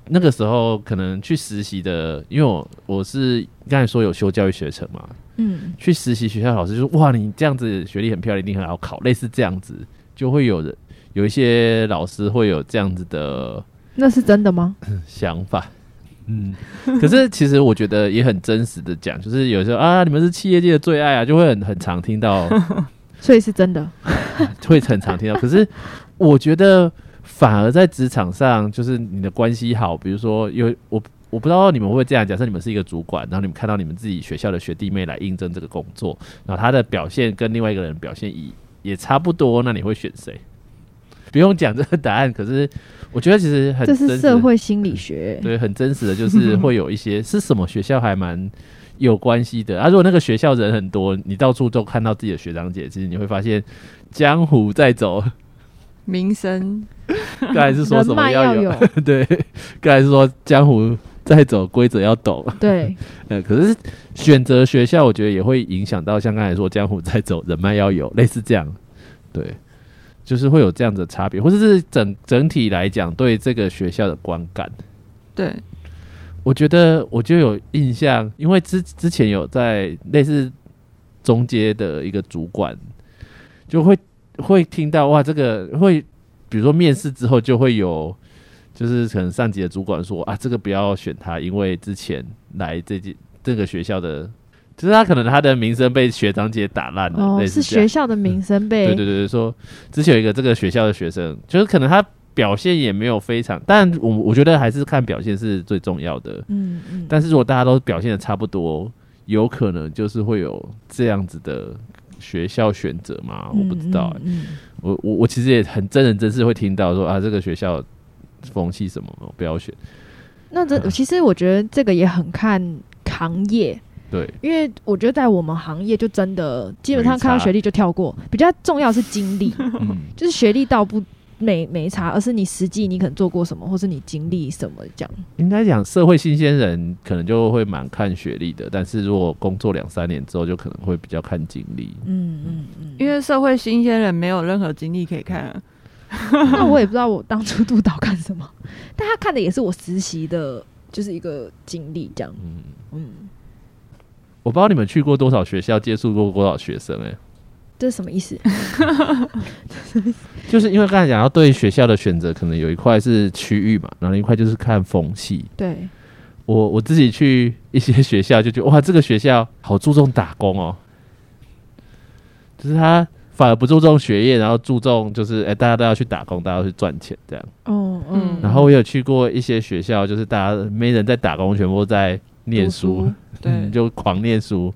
C: 那个时候可能去实习的，因为我我是刚才说有修教育学程嘛，
A: 嗯，
C: 去实习学校老师就说哇，你这样子学历很漂亮，一定很好考，类似这样子，就会有人有一些老师会有这样子的
A: 那是真的吗？
C: 想法。嗯， 可是其实我觉得也很真实的讲，就是有时候啊，你们是企业界的最爱啊，就会很很常听到
A: 所以是真的。
C: 会很 常听到。可是我觉得反而在职场上，就是你的关系好，比如说有我我不知道你们会不会这样，假设你们是一个主管，然后你们看到你们自己学校的学弟妹来应征这个工作，然后他的表现跟另外一个人表现也也差不多，那你会选谁？不用讲这个答案，可是我觉得其实很
A: 这
C: 真
A: 是
C: 实
A: 社会心理学。
C: 对，很真实的就是 会有一些是什么学校还蛮有关系的啊。如果那个学校人很多，你到处都看到自己的学长姐，其实你会发现江湖 在走。
B: 名声
C: 刚才是说
A: 人
C: 什么
A: 脉要
C: 有？ 对，刚才是说江湖在走，规则要懂。
A: 对，
C: 呃，可是选择学校，我觉得也会影响到像刚才说江湖在走，人脉要有，类似这样，对，就是会有这样子的差别，或者是整整体来讲对这个学校的观感。
B: 对，
C: 我觉得我就有印象，因为之之前有在类似中阶的一个主管，就会会听到哇，这个会比如说面试之后就会有，就是可能上级的主管说啊，这个不要选他，因为之前来这届这个学校的，就是他可能他的名声被学长姐打烂了，
A: 哦，
C: 类
A: 是
C: 似这样嗯
A: 学校的名声
C: 对
A: 被
C: 对对对，说之前有一个这个学校的学生，就是可能他表现也没有非常，但我我觉得还是看表现是最重要的。
A: 嗯嗯，
C: 但是如果大家都表现的差不多，有可能就是会有这样子的学校选择嘛？我不知道、欸
A: 嗯，嗯
C: 我我我其实也很真人真事会听到说啊，这个学校风气什么我不要选。
A: 那这
C: 嗯
A: 其实我觉得这个也很看行业，
C: 对，
A: 因为我觉得在我们行业就真的基本上
C: 没差
A: 看到学历就跳过，比较重要是经 历，
C: 嗯，
A: 就是学历倒不没没差，而是你实际你可能做过什么，或是你经历什么这样。
C: 应该讲社会新鲜人可能就会蛮看学历的，但是如果工作两三年之后，就可能会比较看经历。
A: 嗯嗯嗯，
B: 因为社会新鲜人没有任何经历可以看啊、
A: 那我也不知道我当初督导干什么， 但他看的也是我实习的，就是一个经历这样。
C: 嗯，
A: 嗯，
C: 我不知道你们去过多少学校，接触过多少学生、欸，
A: 这是什么意思？
C: 就是因为刚才讲到对学校的选择，可能有一块是区域嘛，然后另一块就是看风气。
A: 对，
C: 我我自己去一些学校就觉得哇，这个学校好注重打工哦，就是他反而不注重学业，然后注重就是哎、大家都要去打工，大家要去赚钱这样。
A: 哦
B: 嗯
C: 然后我有去过一些学校，就是大家没人在打工，全部在念书，
B: 对，
C: 嗯就狂念书。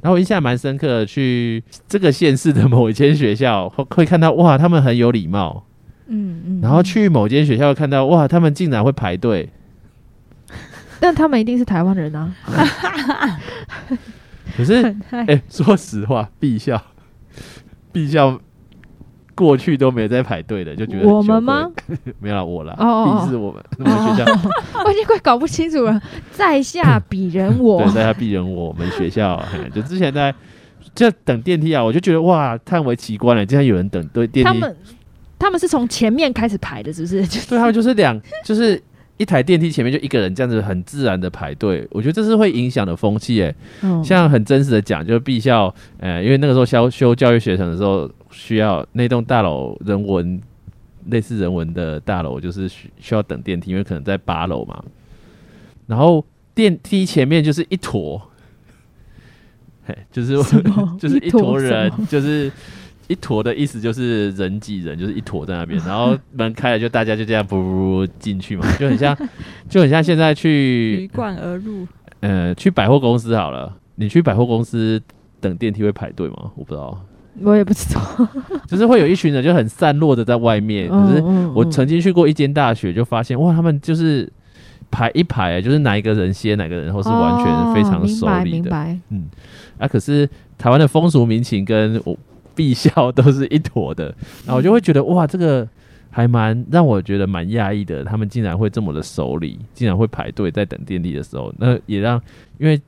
C: 然后我印象蛮深刻的，去这个县市的某一间学校会会看到哇，他们很有礼貌，
A: 嗯嗯
C: 然后去某间学校看到，哇，他们竟然会排队，
A: 但他们一定是台湾人啊。
C: 可是哎、 说实话，毕校，毕校过去都没有在排队的，就觉得很
A: 我们
C: 羞愧
A: 吗？？
C: 没有啦，我啦，
A: 哦哦哦
C: 毕是我们，我们学校，
A: 我已经快搞不清楚了。在下鄙人 我
C: 对，，在他毕人我们学校，嘿就之前在就等电梯啊，我就觉得哇，叹为奇观了，竟然有人等对电
A: 他
C: 梯，
A: 们他们是从前面开始排的，是不 是？就是
C: 对他们就是两，就是一台电梯前面就一个人这样子很自然的排队，我觉得这是会影响的风气哎、
A: 嗯哦
C: 像很真实的讲，就是毕校，呃，因为那个时候修修教育学程的时候，需要那栋大楼人文类似人文的大楼，就是需需要等电梯，因为可能在八楼嘛。然后电梯前面就是一坨，嘿，就是
A: 什么
C: 就是
A: 一
C: 一
A: 坨
C: 坨
A: 什
C: 人
A: 么，
C: 就是一坨的意思就是人挤人，就是一坨在那边，然后门开了就大家就这样噗噗噗进去嘛，就很像就很像现在去
B: 鱼贯而入，
C: 呃，去百货公司好了，你去百货公司等电梯会排队吗？我不知道，
A: 我也不知道。哦
C: 就是会有一群人就很散落的在外面。
A: 嗯
C: 可是我曾经去过一间大学，就发现哇，他们就是排一排，就是哪一个人先，哪个人后，是完全非常熟
A: 哦
C: 理
A: 明白明
C: 的、
A: 白。
C: 啊。可是台湾的风俗民情跟我必校都是一坨的，然后我就会觉得哇，这个。还蛮让我觉得蛮讶异的，他们竟然会这么的守礼，竟然会排队在等电梯的时候，那也让因为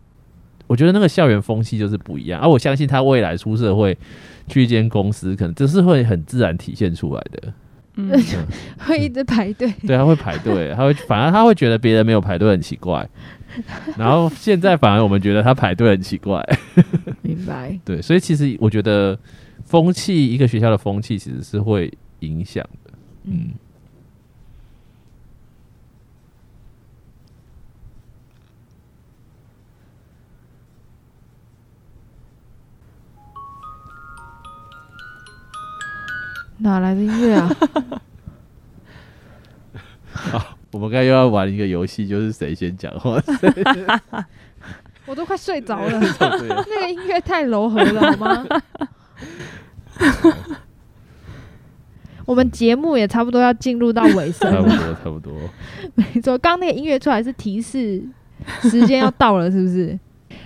C: 我觉得那个校园风气就是不一样，而、啊我相信他未来出社会去一间公司，可能这是会很自然体现出来的。
B: 嗯，
A: 会一直排 队，
C: 对，他会排队，他会反而他会觉得别人没有排队很奇怪，然后现在反而我们觉得他排队很奇怪。
A: 明白。
C: 对，所以其实我觉得风气，一个学校的风气其实是会影响的。嗯。
A: 哪来的音乐 啊？
C: 我们刚才又要玩一个游戏，就是谁先讲话。
A: 我都快睡着了，
C: 对 啊
A: 那个音乐太柔和了，好吗？我们节目也差不多要进入到尾声
C: 差不
A: 了。
C: 多差不多。
A: 没错，刚刚那个音乐出来是提示时间要到了，是不是？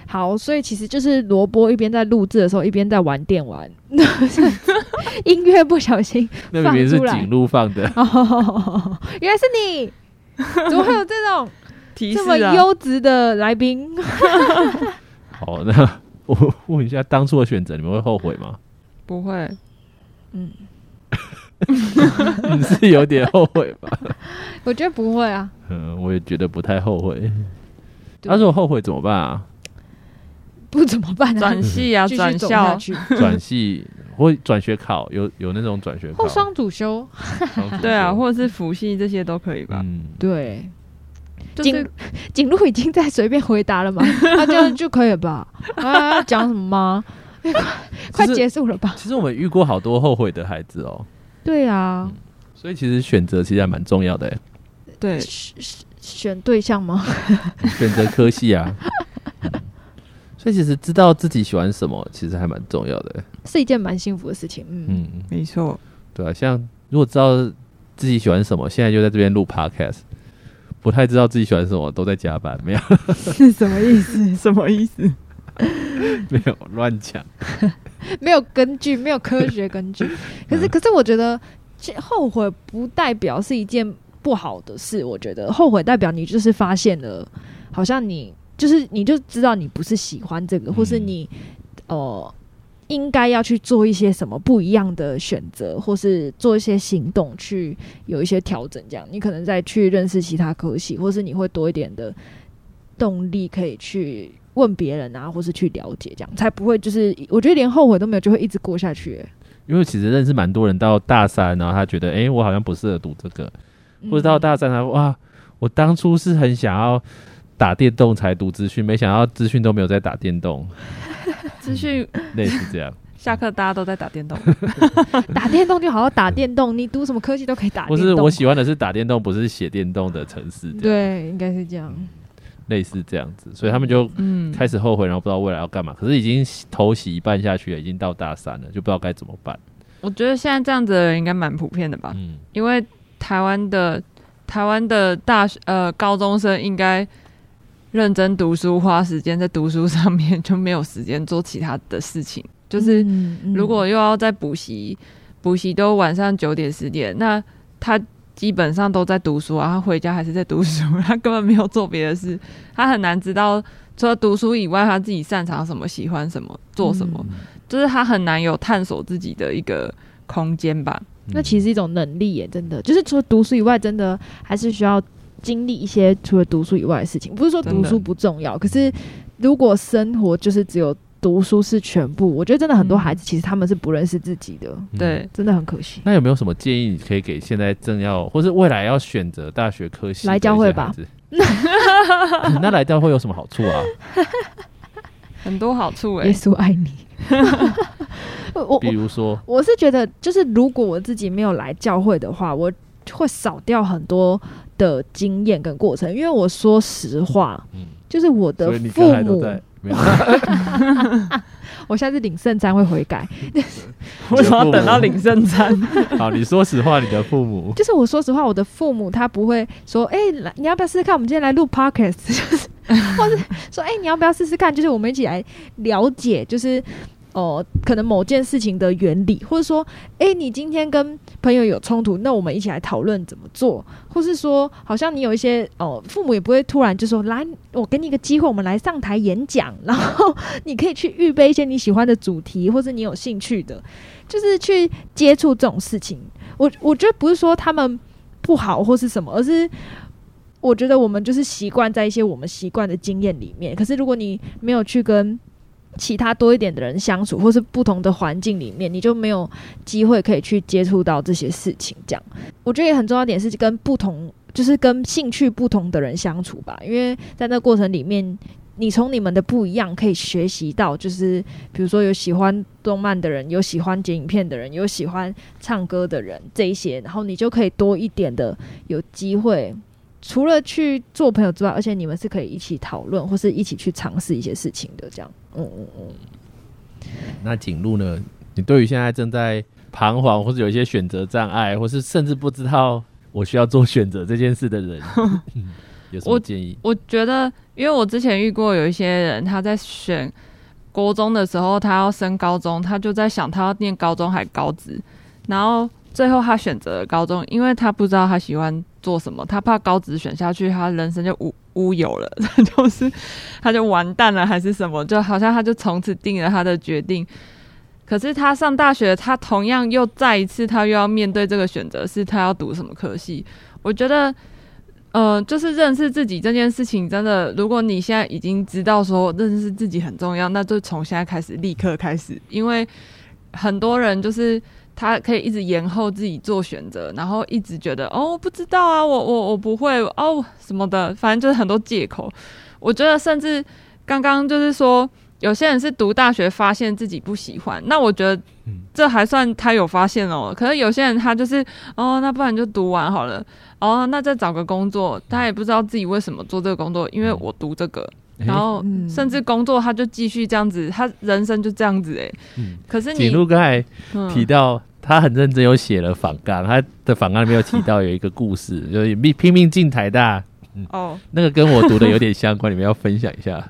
A: 好，所以其实就是萝卜一边在录制的时候，一边在玩电玩， 音乐不小心
C: 那明明是
A: 放出来
C: 景路放的，
A: 哦，原来是你，怎么会有这种
B: 提示
A: 这么
B: 啊，
A: 优质的来宾？
C: 好，那我问一下，当初的选择你们会后悔吗？
B: 不会，
C: 你是有点后悔吧？
A: 我觉得不会啊，
C: 嗯，我也觉得不太后悔。
A: 对
C: 但是我后悔怎么办啊？
A: 不怎么办啊
B: 转，系啊，
A: 继
B: 转
A: 续走下
B: 校，
A: 去，
C: 转系或转学考，有有那种转学考
A: 或，双主修，
C: 双主修
B: 对啊，或者是辅系这些都可以吧。
C: 嗯，
A: 对，
B: 就是
A: 景路已经在随便回答 了嘛，那、啊这样就可以了吧？啊，讲什么 吗？快
C: 就是
A: 结束了吧？
C: 其实我们遇过好多后悔的孩子哦，
A: 对啊，
C: 所以其实选择其实还蛮重要的欸，
B: 对，
A: 选选选对象吗？
C: 选择科系啊。 嗯所以其实知道自己喜欢什么，其实还蛮重要的欸。
A: 是一件蛮幸福的事情。嗯，
C: 嗯，
B: 没错，
C: 对啊，像如果知道自己喜欢什么，现在就在这边录 podcast。不太知道自己喜欢什么，都在加班，没有
A: 是 什么意思？
B: 什么意思？
C: 没有乱讲。
A: 没有根据，没有科学根据。可
C: 嗯
A: 是，可是我觉得其后悔不代表是一件不好的事。我觉得后悔代表你就是发现了，好像你就是你就知道你不是喜欢这个，
C: 嗯
A: 或是你呃应该要去做一些什么不一样的选择，或是做一些行动去有一些调整。这样，你可能再去认识其他科系，或是你会多一点的动力可以去问别人啊，或是去了解，这样才不会就是我觉得连后悔都没有，就会一直过下去、
C: 因为其实认识蛮多人到大三，然后他觉得，哎、我好像不适合读这个，
A: 嗯
C: 或者到大三他哇，我当初是很想要打电动才读资讯，没想到资讯都没有在打电动，
B: 资讯
C: 类似这样，
B: 下课大家都在打电动，
A: 打电动就好好打电动，你读什么科技都可 以打
C: 或
A: 电
C: 是
A: 动。
C: 我喜欢的是打电动，不是写电动的城市，这样
A: 对，应该是这样。
C: 类似这样子，所以他们就
B: 嗯，
C: 开始后悔，然后不知道未来要干嘛，可是已经头洗一半下去了，已经到大三了，就不知道该怎么办。
B: 我觉得现在这样子的人应该蛮普遍的
A: 啊
B: 吧，
C: 嗯，
B: 因为台湾的台湾的大学呃高中生应该认真读书，花时间在读书上面，就没有时间做其他的事情。就是
A: 嗯嗯
B: 如果又要再补习，补习都晚上九点十点，那他基本上都在读书啊，他回家还是在读书，他根本没有做别的事，他很难知道除了读书以外，他自己擅长什么、喜欢什么、做什么，
C: 嗯
B: 就是他很难有探索自己的一个空间吧。
C: 嗯
A: 那其实是一种能力耶，真的就是除了读书以外，真的还是需要经历一些除了读书以外的事情。不是说读
B: 真的
A: 书不重要，可是如果生活就是只有读书是全部，我觉得真的很多
B: 嗯
A: 孩子其实他们是不认识自己的，
C: 嗯
B: 对，
A: 真的很可惜。
C: 那有没有什么建议你可以给现在正要或是未来要选择大学科系的
A: 来教会吧
C: 一些孩子？ 那来教会有什么好处啊？
B: 很多好处哎、
A: 耶稣爱你。 我我
C: 比如说，
A: 我是觉得，就是如果我自己没有来教会的话，我会少掉很多的经验跟过程。因为我说实话，
C: 嗯，
A: 就是我的
C: 所以你刚
A: 父
C: 才都
A: 母，
C: 在，没有？
A: 我下次领圣餐会悔改。
B: 为什么要等到领圣餐？
C: 好，你说实话，你的父母
A: 就是我说实话，我的父母他不会说，哎、来你要不要试试看？我们今天来录 podcast，就是 或是说，哎、你要不要试试看？就是我们一起来了解，就是哦、呃可能某件事情的原理，或者说，哎、你今天跟朋友有冲突，那我们一起来讨论怎么做，或是说，好像你有一些哦、呃父母也不会突然就说，来，我给你一个机会，我们来上台演讲，然后你可以去预备一些你喜欢的主题，或是你有兴趣的，就是去接触这种事情。我我觉得不是说他们不好或是什么，而是我觉得我们就是习惯在一些我们习惯的经验里面。可是如果你没有去跟其他多一点的人相处，或是不同的环境里面，你就没有机会可以去接触到这些事情。这样，我觉得也很重要一点是跟不同，就是跟兴趣不同的人相处吧，因为在那过程里面。你从你们的不一样可以学习到，就是比如说有喜欢动漫的人，有喜欢剪影片的人，有喜欢唱歌的人这一些，然后你就可以多一点的有机会，除了去做朋友之外，而且你们是可以一起讨论或是一起去尝试一些事情的，这样，嗯嗯嗯，
C: 那景路呢？你对于现在正在彷徨，或者有一些选择障碍，或是甚至不知道我需要做选择这件事 的人，嗯有什么
B: 我
C: 建议？
B: 我觉得，因为我之前遇过有一些人，他在选国中的时候，他要升高中，他就在想他要念高中还高职，然后最后他选择了高中，因为他不知道他喜欢做什么，他怕高职选下去，他人生就无乌有了， 就是他就完蛋了还是什么，就好像他就从此定了他的决定。可是他上大学，他同样又再一次，他又要面对这个选择，是他要读什么科系。我觉得呃，就是认识自己这件事情，真的，如果你现在已经知道说认识自己很重要，那就从现在开始，立刻开始，因为很多人就是他可以一直延后自己做选择，然后一直觉得哦不知道啊，我我我不会哦什么的，反正就是很多借口。我觉得甚至刚刚就是说，有些人是读大学发现自己不喜欢，那我觉得
C: 嗯
B: 这还算他有发现哦。可是有些人他就是哦，那不然就读完好了。哦，那再找个工作，他也不知道自己为什么做这个工作，因为我读这个，然后
A: 嗯
B: 甚至工作他就继续这样子，他人生就这样子哎、
C: 嗯
B: 可是你
C: 景路刚才
B: 嗯
C: 提到他很认真有写了访纲，他的访纲里面有提到有一个故事，就是拼拼命进台大，
B: 哦，
C: 那个跟我读的有点相关，你们要分享一下。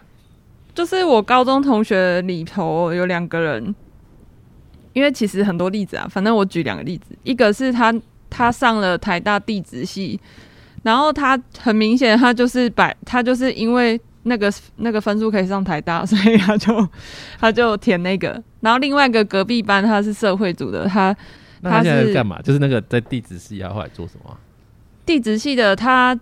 B: 就是我高中同学里头有两个人，因为其实很多例子啊，反正我举两个例子，一个是他他上了台大地质系，然后他很明显他就是摆他就是因为那个那个分数可以上台大，所以他就他就填那个，然后另外一个隔壁班他是社会组的，他
C: 那他现在
B: 他是
C: 干嘛？就是那个在地址系，他后来做什么啊？
B: 地质系的他，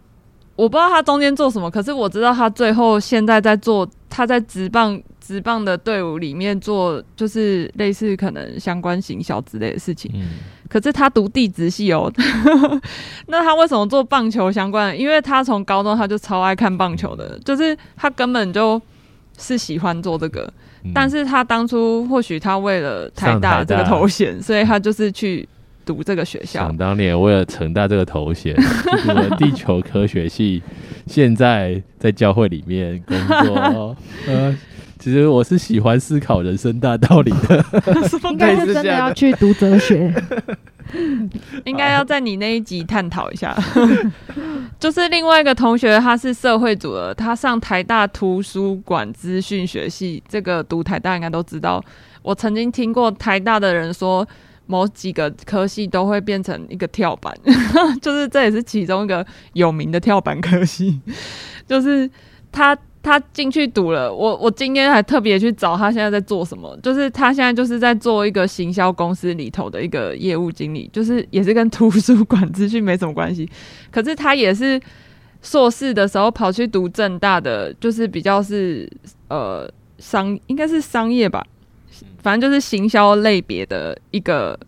B: 我不知道他中间做什么，可是我知道他最后现在在做，他在职棒职棒的队伍里面做，就是类似可能相关行销之类的事情。
C: 嗯，
B: 可是他读地质系哦， 那他为什么做棒球相关的？因为他从高中他就超爱看棒球的，就是他根本就是喜欢做这个。
C: 嗯
B: 但是他当初或许他为了台
C: 上台
B: 大
C: 大
B: 这个头衔，所以他就是去读这个学校
C: 想。当年为了成大这个头衔， 去读了地球科学系，现在在教会里面工 作。呃，其实我是喜欢思考人生大道理 的。
D: 应该是真的要去读哲学。
B: 应该要在你那一集探讨一下。 就是另外一个同学，他是社会组的，他上台大图书馆资讯学系，这个读台大应该都知道。我曾经听过台大的人说，某几个科系都会变成一个跳板， 就是这也是其中一个有名的跳板科系，就是他。他进去读了，我我今天还特别去找他现在在做什么，就是他现在就是在做一个行销公司里头的一个业务经理，就是也是跟图书馆资讯没什么关系，可是他也是硕士的时候跑去读正大的，就是比较是呃商应该是商业吧，反正就是行销类别的一个，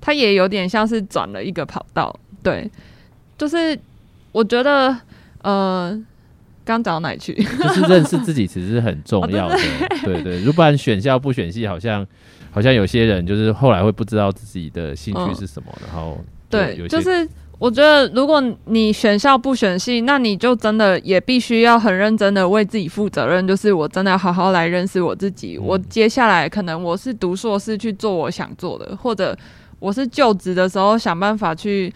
B: 他也有点像是转了一个跑道，对，就是我觉得呃刚讲到哪里去？
C: 就是认识自己其实是很重要的，
B: 哦
C: 对对。如不然选校不选系，好像好像有些人就是后来会不知道自己的兴趣是什么，然后有
B: 嗯对，
C: 有些
B: 就是我觉得，如果你选校不选系，那你就真的也必须要很认真的为自己负责任。就是我真的要好好来认识我自己。
C: 嗯
B: 我接下来可能我是读硕士去做我想做的，或者我是就职的时候想办法去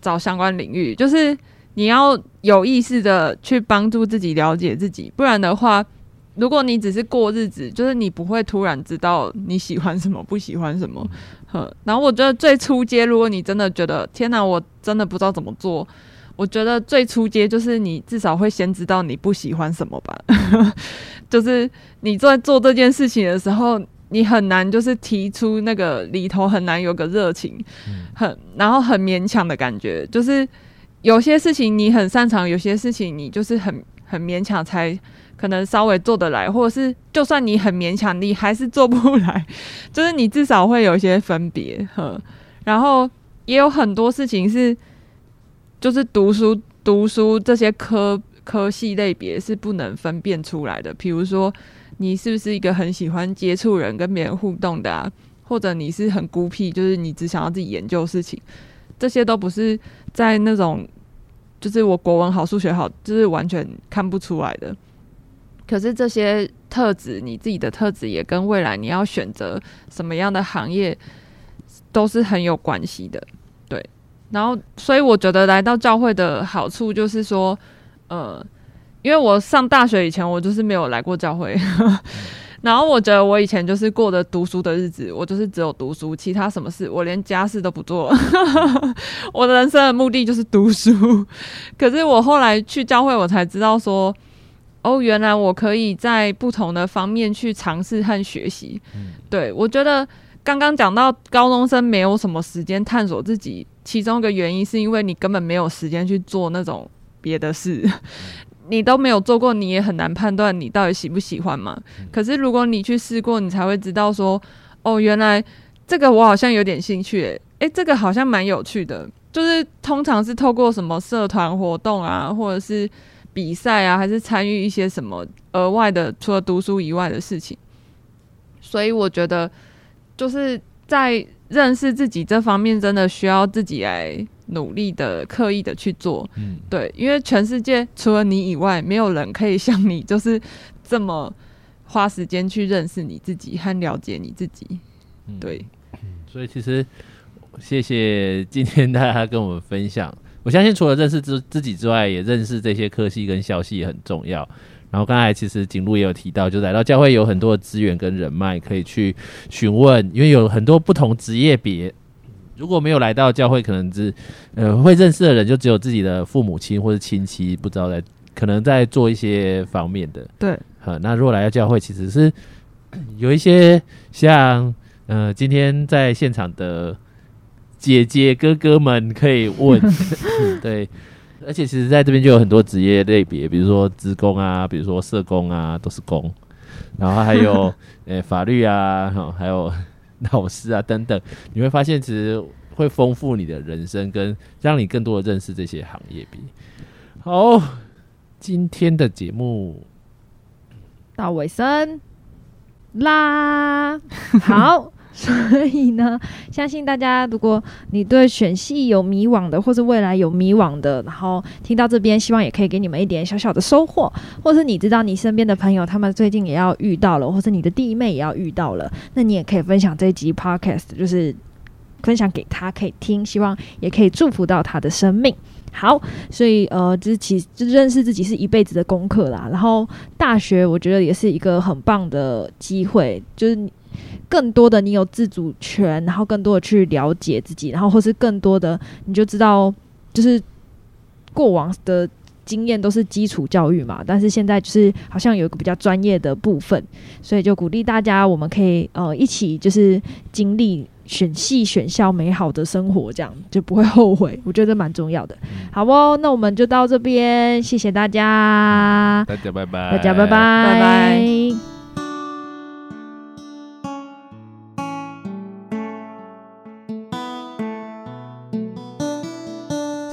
B: 找相关领域。就是你要有意识的去帮助自己了解自己，不然的话。如果你只是过日子，就是你不会突然知道你喜欢什么，不喜欢什么。呵，然后我觉得最初阶，如果你真的觉得天哪，我真的不知道怎么做，我觉得最初阶就是你至少会先知道你不喜欢什么吧。 就是你在做这件事情的时候，你很难就是提出那个里头很难有个热情，很然后很勉强的感觉。就是有些事情你很擅长，有些事情你就是很很勉强才。可能稍微做得来，或者是就算你很勉强，你还是做不来。 就是你至少会有一些分别，呵，然后也有很多事情是，就是读书读书这些科科系类别是不能分辨出来的，比如说你是不是一个很喜欢接触人跟别人互动的啊，或者你是很孤僻，就是你只想要自己研究事情，这些都不是在那种就是我国文好、数学好，就是完全看不出来的。可是这些特质，你自己的特质也跟未来你要选择什么样的行业都是很有关系的，对。然后，所以我觉得来到教会的好处就是说，呃，因为我上大学以前我就是没有来过教会， 然后我觉得我以前就是过的读书的日子，我就是只有读书，其他什么事我连家事都不做， 我的人生的目的就是读书。可是我后来去教会，我才知道说，哦，原来我可以在不同的方面去尝试和学习。
C: 嗯
B: 对我觉得刚刚讲到高中生没有什么时间探索自己，其中一个原因是因为你根本没有时间去做那种别的事。 你都没有做过，你也很难判断你到底喜不喜欢嘛。可是如果你去试过，你才会知道说，哦，原来这个我好像有点兴趣、欸，诶、这个好像蛮有趣的。就是通常是透过什么社团活动啊，或者是比赛啊，还是参与一些什么额外的除了读书以外的事情。所以我觉得，就是在认识自己这方面，真的需要自己来努力的、刻意的去做。
C: 嗯，
B: 对，因为全世界除了你以外，没有人可以像你，就是这么花时间去认识你自己和了解你自己。
C: 嗯
B: 对，
C: 所以其实谢谢今天大家跟我们分享。我相信除了认识自自己之外，也认识这些科系跟校系也很重要。然后刚才其实景路也有提到，就来到教会有很多的资源跟人脉可以去询问，因为有很多不同职业别。如果没有来到教会，可能只呃会认识的人就只有自己的父母亲或者亲戚，不知道在可能在做一些方面的。
B: 对，
C: 好，那如果来到教会，其实是 有一些像呃，今天在现场的姐姐哥哥们可以 问，对，而且其实在这边就有很多职业类别，比如说职工啊，比如说社工啊，都是工，然后还 有呃法律啊，哈还有老师啊等等，你会发现其实会丰富你的人生，跟让你更多的认识这些行业比。好，今天的节目
A: 到尾声啦。好，所以呢，相信大家如果你对选系有迷惘的，或是未来有迷惘的，然后听到这边，希望也可以给你们一点小小的收获，或是你知道你身边的朋友他们最近也要遇到了，或是你的弟妹也要遇到了，那你也可以分享这一集 podcast，就是。分享给他可以听，希望也可以祝福到他的生命。好，所以呃，就是其就认识自己是一辈子的功课啦。然后大学我觉得也是一个很棒的机会，就是你更多的你有自主权，然后更多的去了解自己，然后或是更多的你就知道，就是过往的经验都是基础教育嘛，但是现在就是好像有一个比较专业的部分，所以就鼓励大家，我们可以呃一起就是经历。选系选校美好的生活，这样就不会后悔，我觉得蛮重要的。好哦，那我们就到这边，谢谢大家。
C: 大家拜拜，
A: 大家拜拜，嗯拜
B: 拜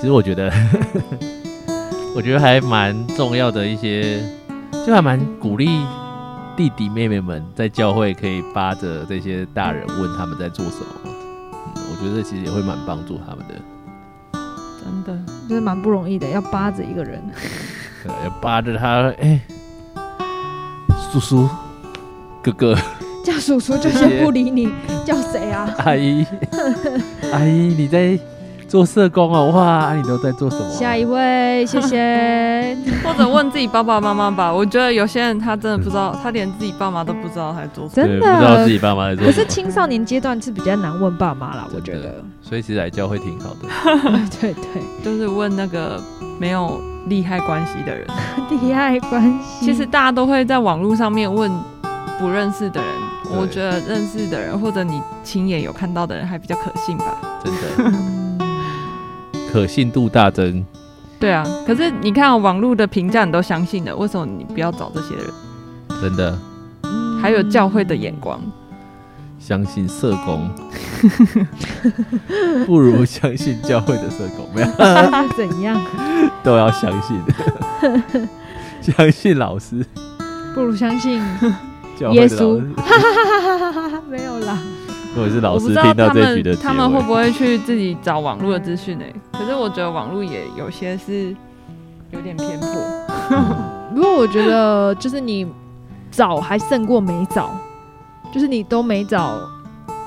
C: 其实我觉得， 我觉得还蛮重要的一些，就还蛮鼓励弟弟妹妹们在教会可以扒着这些大人问他们在做什么。嗯，我觉得其实也会蛮帮助他们的，
B: 真的。
A: 真的蛮不容易的，要扒着一个 人。
C: 可啊能要扒着他，哎、叔叔、哥哥、
A: 叫叔叔就先不理你，叫谁 啊？
C: 阿姨、阿姨，你在做社工哦？哇，你都在做什么啊、
A: 下一位，谢 谢。
B: 或者问自己爸爸妈妈吧。我觉得有些人他真的不知道，他连自己爸妈都不知道他在做什么。
C: 对
A: 真
C: 不知道自
A: 的，
C: 己爸妈在做
A: 可
C: 什
A: 是
C: 么，
A: 青少年阶段是比较难问爸妈啦，我觉
C: 真的
A: 得。
C: 所以其实来教会挺好的。
A: 对对对，
B: 就是问那个没有利害关系的人。
A: 利害关系。
B: 其实大家都会在网络上面问不认识的人，
C: 对
B: 我觉得认识的人或者你亲眼有看到的人还比较可信吧。
C: 真的可信度大增。
B: 对啊，可是你看、哦、网络的评价你都相信了，为什么你不要找这些人？
C: 真的
A: 嗯
B: 还有教会的眼光，
C: 相信社工， 不如相信教会的社工，没有
A: 是怎样？
C: 都要相信，相信老师，
A: 不如相信
C: 教会的老
A: 耶
C: 师
A: 稣， 没有啦。
C: 或者是老
B: 我不
C: 师
B: 知道
C: 听到
B: 他
C: 这一局
B: 们
C: 的结
B: 他们会
C: 尾，
B: 不会去自己找网络的资讯呢？可是我觉得网络也有些是有点偏颇。
A: 不过我觉得就是你找还胜过没找，就是你都没找，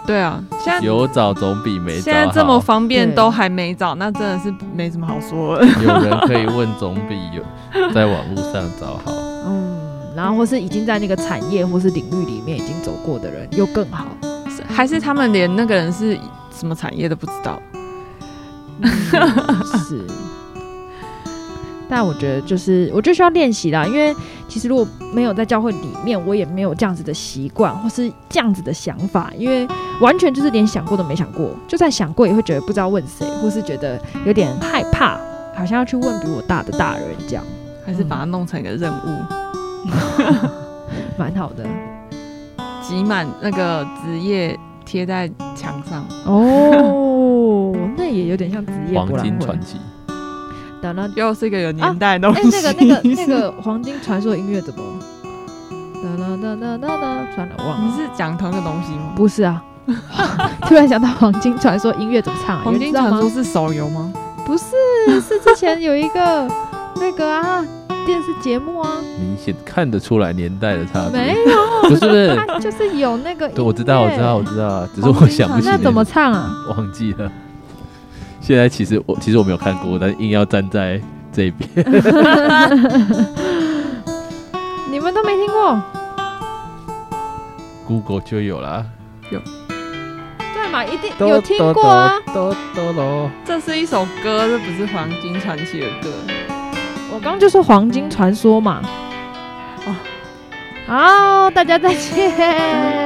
B: 对啊，现在
C: 有找总比没找啊
B: 现在这么
C: 好
B: 方便
A: 对
B: 都还没找，那真的是没什么好说的。
C: 有人可以问总比有在网络上找好。
A: 嗯，然后或是已经在那个产业或是领域里面已经走过的人，又更好。
B: 还是他们连那个人是什么产业都不知道。
C: 嗯
A: 是。但我觉得就是，我就需要练习啦，因为其实如果没有在教会里面，我也没有这样子的习惯或是这样子的想法，因为完全就是连想过都没想过，就算想过也会觉得不知道问谁，或是觉得有点害怕，好像要去问比我大的大人这样，
B: 还是把它弄成一个任务，
A: 蛮好的
B: 挤满那个职业贴在墙上。
A: 哦。那也有点像职业
C: 黄
A: 博览
C: 金
A: 会
C: 传。奇，
A: 等到
B: 又是一个有年代的东
A: 哎、
B: 西。
A: 那个 那个那个黄金传说的音乐怎么？哒哒哒哒哒哒，算了，忘了。
B: 你是讲同一个东西吗？
A: 不是啊， 突然想到《黄金传说》音乐怎么唱、啊？
B: 黄
A: 有人
B: 金
A: 知
B: 传
A: 道吗
B: 说是手游吗？
A: 不是，是之前有一 个那个啊电视节目啊，
C: 明显看得出来年代的差
A: 没
C: 别。不是不是，
A: 它就是有那个音乐。
C: 啊对，我知道，我知道，我知道，只是我想不起
A: 那
C: 来
A: 怎么唱啊？
C: 忘记了。现在其实我其实我没有看过，但硬要站在这一边。
A: 你们都没听过，
C: Google 就有啦，
A: 对嘛？一定有听过啊。
C: 哆哆哆。
B: 这是一首歌，这不是黄金传奇的歌。
A: 我刚刚就说《黄金传说》嘛。哦，好，大家再见。